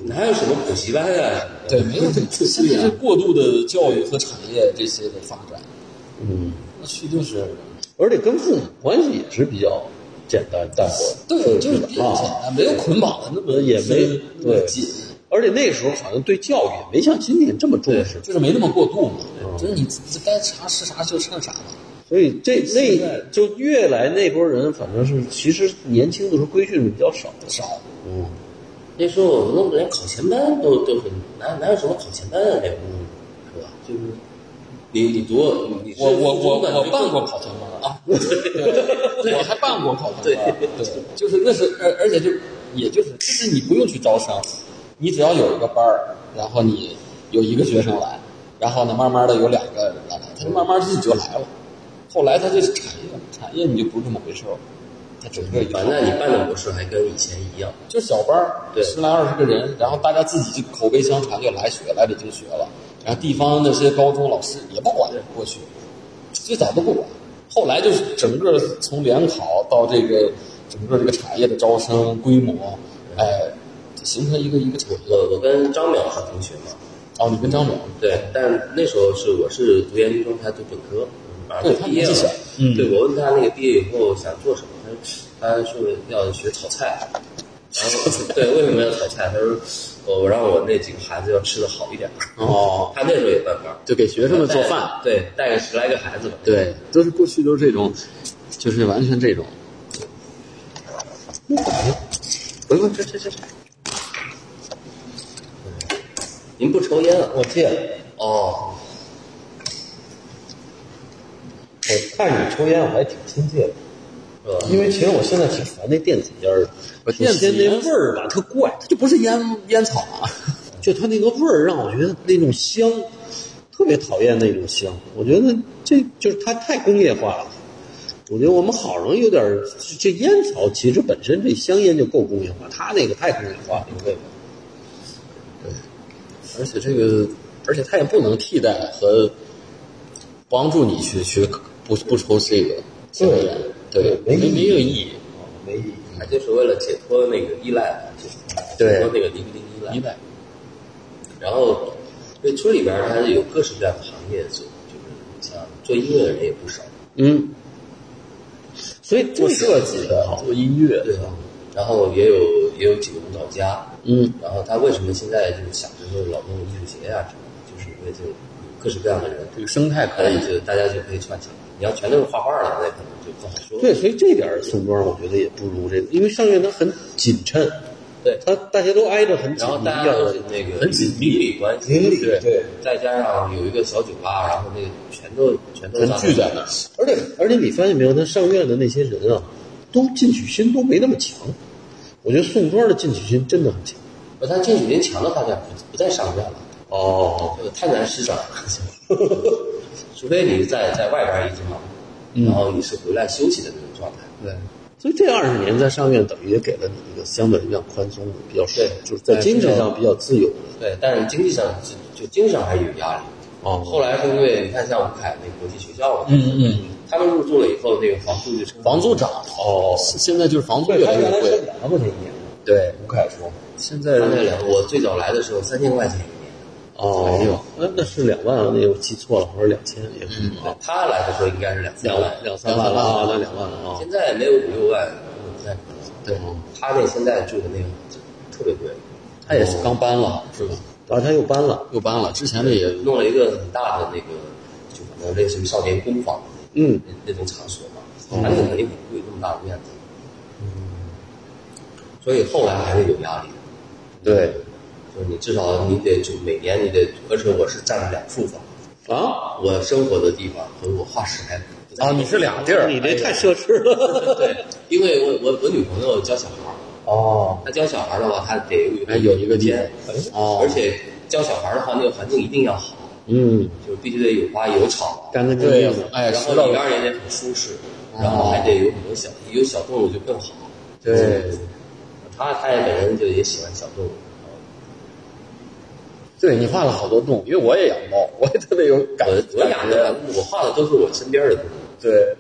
Speaker 4: 哪有什么补习班啊什么的？
Speaker 2: 对，没啊有这，甚至是过度的教育和产业这些的发展，
Speaker 1: 嗯，
Speaker 2: 那去就是。
Speaker 1: 而且跟父母关系也是比较简单淡薄的，
Speaker 2: 对，就是比较简
Speaker 1: 啊。
Speaker 2: 单，没有捆绑的那么
Speaker 1: 也没
Speaker 2: 那么
Speaker 1: 对
Speaker 2: 紧，
Speaker 1: 而且那个时候好像对教育也没像今天这么重视，
Speaker 2: 就是没那么过度嘛。就是你该啥是啥就剩啥吧。
Speaker 1: 所以这那就越来那波人，反正是其实年轻的时候规训是比较少的，
Speaker 2: 少，
Speaker 1: 嗯，
Speaker 4: 那时候我们连考前班都都很哪哪有什么考前班啊？那会儿是吧？就是你你读你你是
Speaker 2: 我我我
Speaker 4: 附中的
Speaker 2: 我
Speaker 4: 你
Speaker 2: 办过考前班啊，对，我还办过考前班，对，就是那是而而且就也就是就是你不用去招生，你只要有一个班儿，然后你有一个学生来，然后呢慢慢的有两个人来，他就慢慢自己就来了，后来他就是产业产业你就不是这么回事了，他整个一个
Speaker 4: 啊，那你办的模式还跟以前一样，
Speaker 2: 就是小班儿，
Speaker 4: 对
Speaker 2: 十来二十个人，然后大家自己就口碑相传就来学，来北京学了。然后地方那些高中老师也不管过去，最早都不管，后来就是整个从联考到这个整个这个产业的招生规模，哎、形成一个一个产业。
Speaker 4: 我我跟张淼是同学嘛，
Speaker 2: 哦，你跟张淼
Speaker 4: 对，但那时候是我是读研究生，他读本科，马上
Speaker 2: 对
Speaker 4: 就毕业
Speaker 2: 他
Speaker 4: 了
Speaker 2: 年纪小。
Speaker 1: 嗯
Speaker 4: 对，我问他那个毕业以后想做什么，他说他说要学炒菜，然后对，为什么要炒菜？他说我我让我那几个孩子要吃的好一点。
Speaker 2: 哦，
Speaker 4: 他那时候也办班，
Speaker 2: 就给学生们
Speaker 4: 带，对，带个十来个孩子吧。
Speaker 2: 对，都是过去都是这种，就是完全这种。
Speaker 4: 不用，这这这。您不抽烟啊？
Speaker 1: 我戒了，
Speaker 4: 哦，
Speaker 1: 我看你抽烟我还挺亲切的。
Speaker 4: 是吧？
Speaker 1: 因为其实我现在挺烦那电子烟儿的，
Speaker 2: 电子
Speaker 1: 首先那
Speaker 2: 烟
Speaker 1: 味儿吧，特怪，
Speaker 2: 这不是烟烟草啊，
Speaker 1: 就它那个味儿让我觉得那种香，特别讨厌那种香。我觉得这就是它太工业化了。我觉得我们好容易有点儿这这烟草其实本身这香烟就够工业化，它那个太工业化了，那个味道。
Speaker 2: 而且这个，而且它也不能替代和帮助你去去不不抽这个香烟，对，
Speaker 1: 没
Speaker 2: 没没有意义。
Speaker 1: 没意义。
Speaker 4: 他就是为了解脱那个依赖吧，啊就是
Speaker 2: 对
Speaker 4: 解脱那个零零依赖。
Speaker 2: 依赖，
Speaker 4: 然后，因为村里边儿它是有各式各样的行业做，就是像做音乐的人也不少，
Speaker 1: 嗯，所以这
Speaker 4: 做
Speaker 1: 个
Speaker 4: 设计的
Speaker 1: 好，
Speaker 2: 做音乐，
Speaker 4: 对吧？然后也有也有几个舞蹈家，
Speaker 1: 嗯，
Speaker 4: 然后他为什么现在就是想着说老弄艺术节啊什么的，就是因为这有各式各样的人，
Speaker 2: 这个生态
Speaker 4: 可
Speaker 2: 可以
Speaker 4: 以，就大家就可以串起来。你要全都是画画的，那可能就不好说。
Speaker 1: 对，所以这点儿宋庄我觉得也不如这个，因为上院它很紧衬，
Speaker 4: 对
Speaker 1: 它大家都挨着很紧
Speaker 4: 然后
Speaker 1: 一
Speaker 4: 大家
Speaker 1: 样
Speaker 4: 都
Speaker 1: 的
Speaker 4: 是。那个
Speaker 1: 很紧
Speaker 4: 邻里关系，
Speaker 1: 邻里
Speaker 2: 对，
Speaker 4: 再加上有一个小酒吧，然后那个全都全都
Speaker 2: 人聚在那儿，
Speaker 1: 而且而且你发现没有，他上院的那些人啊，都进取心都没那么强。我觉得宋庄的进取心真的很强。
Speaker 4: 那他进取心强的话，就不不再上院了，
Speaker 1: 哦，
Speaker 4: 这个太难施展了。除非你是在在外边儿一直忙，然后你是回来休息的那种状态。
Speaker 2: 对，
Speaker 1: 所以这二十年在上院等于也给了你一个相对比较宽松的、比较
Speaker 4: 对
Speaker 1: 就是在精神上比较自由的。
Speaker 4: 对，但是经济上就就经济上还是有压力。
Speaker 1: 哦
Speaker 4: 后来是因为你看像吴凯那个国际学校嘛，啊
Speaker 2: 嗯嗯，
Speaker 4: 他们入住了以后，那个房租就升
Speaker 2: 房租涨了，
Speaker 1: 哦
Speaker 2: 现在就是房租越来越贵，
Speaker 1: 两过那一年。
Speaker 2: 对，
Speaker 1: 吴凯说。
Speaker 2: 现
Speaker 4: 他
Speaker 2: 在
Speaker 4: 那两个，我最早来的时候三千块钱一年。
Speaker 1: 哦，那那是两万啊，那我记错了，或者两千也是。
Speaker 2: 嗯
Speaker 4: 啊他来的时候应该是两三
Speaker 1: 两
Speaker 4: 万，
Speaker 1: 两三万了啊，那两万了啊！
Speaker 4: 现在没有五六万，不太可能。
Speaker 2: 对，
Speaker 4: 他那现在住的那个就特别贵，
Speaker 2: 他嗯也是刚搬了，哦是吧？
Speaker 1: 然后他又搬了，
Speaker 2: 又搬了，之前的也
Speaker 4: 弄了一个很大的那个，就可能类似于少年工坊
Speaker 1: 嗯，
Speaker 4: 那那种场所嘛，他那个肯定
Speaker 2: 嗯
Speaker 4: 很贵，那么大的院子。所以后来还是有压力的。
Speaker 2: 对，
Speaker 4: 就是你至少你得就每年你得，而且我是占了两处房，
Speaker 1: 啊，
Speaker 4: 我生活的地方和我画室还不在
Speaker 2: 啊，你是俩地儿，
Speaker 1: 你这太奢侈了。
Speaker 4: 对，因为我我我女朋友教小孩儿，
Speaker 2: 哦，
Speaker 4: 她教小孩儿的话，她得有
Speaker 2: 哎有一个地
Speaker 4: 间，
Speaker 2: 哦，
Speaker 4: 而且教小孩儿的话，那个环境一定要好，
Speaker 1: 嗯，
Speaker 4: 就是必须得有花有草，
Speaker 1: 干得干净
Speaker 2: 对
Speaker 1: 的，
Speaker 2: 哎，
Speaker 4: 然后
Speaker 2: 说到
Speaker 4: 里边儿也得很舒适，
Speaker 2: 哦
Speaker 4: 然后还得有很多小有小动物就更好。
Speaker 2: 对，
Speaker 1: 嗯
Speaker 4: 他他也本人就也喜欢小动物，
Speaker 2: 对你画了好多动物，因为我也养猫，我也特别有感
Speaker 4: 我我养
Speaker 2: 感觉
Speaker 4: 的我画的都是我身边的动物，
Speaker 2: 对，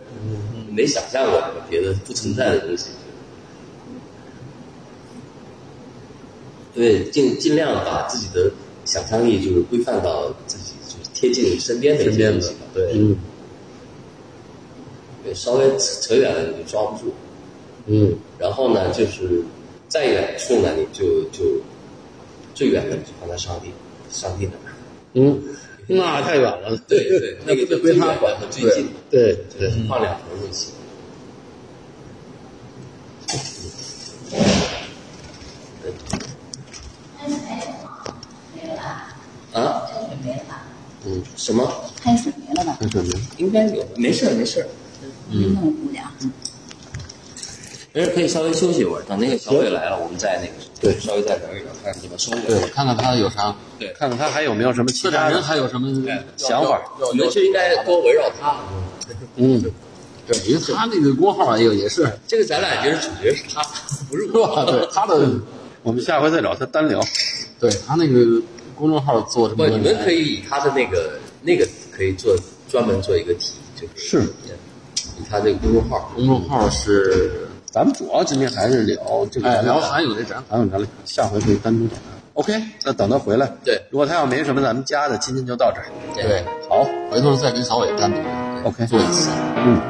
Speaker 4: 没想象过有别的不存在的嗯东西。对，尽尽量把自己的想象力就是规范到自己就是贴近身边的一
Speaker 2: 身
Speaker 4: 些
Speaker 2: 边
Speaker 4: 东
Speaker 2: 的
Speaker 4: 西吧，
Speaker 2: 对，
Speaker 1: 嗯
Speaker 4: 对，稍微扯远了你就抓不住。
Speaker 1: 嗯
Speaker 4: 然后呢，就是再远处呢，你就就最远的你就放在上帝，上帝那儿。
Speaker 1: 嗯，那太远了，
Speaker 4: 对对，那个就最远的和最近的，
Speaker 1: [laughs] 对对
Speaker 4: 对，放两头就行。对啊？嗯，什么？
Speaker 6: 开始没了吧？
Speaker 4: 应该有，没事儿没事儿，
Speaker 6: 嗯，那么姑娘，
Speaker 4: 没事儿可以稍微休息一会儿，等那个小伟来了，我们再那个对，稍微再聊一聊，看怎么收尾。
Speaker 2: 对我看看他有啥，
Speaker 4: 对
Speaker 2: 看看他还有没有什么其他人还有什么想法。
Speaker 4: 我们就应该多围绕他。
Speaker 2: 嗯，对，因为他那个工号哎呦也是，
Speaker 4: 这个展览其实主角是他，不是
Speaker 2: 是吧？ [laughs] 对他的，
Speaker 1: 我们下回再找他单聊。
Speaker 2: 对他那个公众号做什
Speaker 4: 不，
Speaker 2: 么？
Speaker 4: 你们可以以他的那个那个可以做专门做一个题，就是以他这个公众号。
Speaker 2: 公众号是，
Speaker 1: 咱们主要今天还是聊这个
Speaker 2: 哎，
Speaker 1: 咱
Speaker 2: 聊
Speaker 1: 聊
Speaker 2: 韩有这展，
Speaker 1: 还有咱俩下回可以单独讲。OK，那等他回来，
Speaker 4: 对
Speaker 1: 如果他要没什么咱们加的，今天就到这儿。
Speaker 2: 对，
Speaker 1: 好
Speaker 2: 回头再跟小伟单独
Speaker 1: OK
Speaker 2: 做一次。
Speaker 1: 嗯，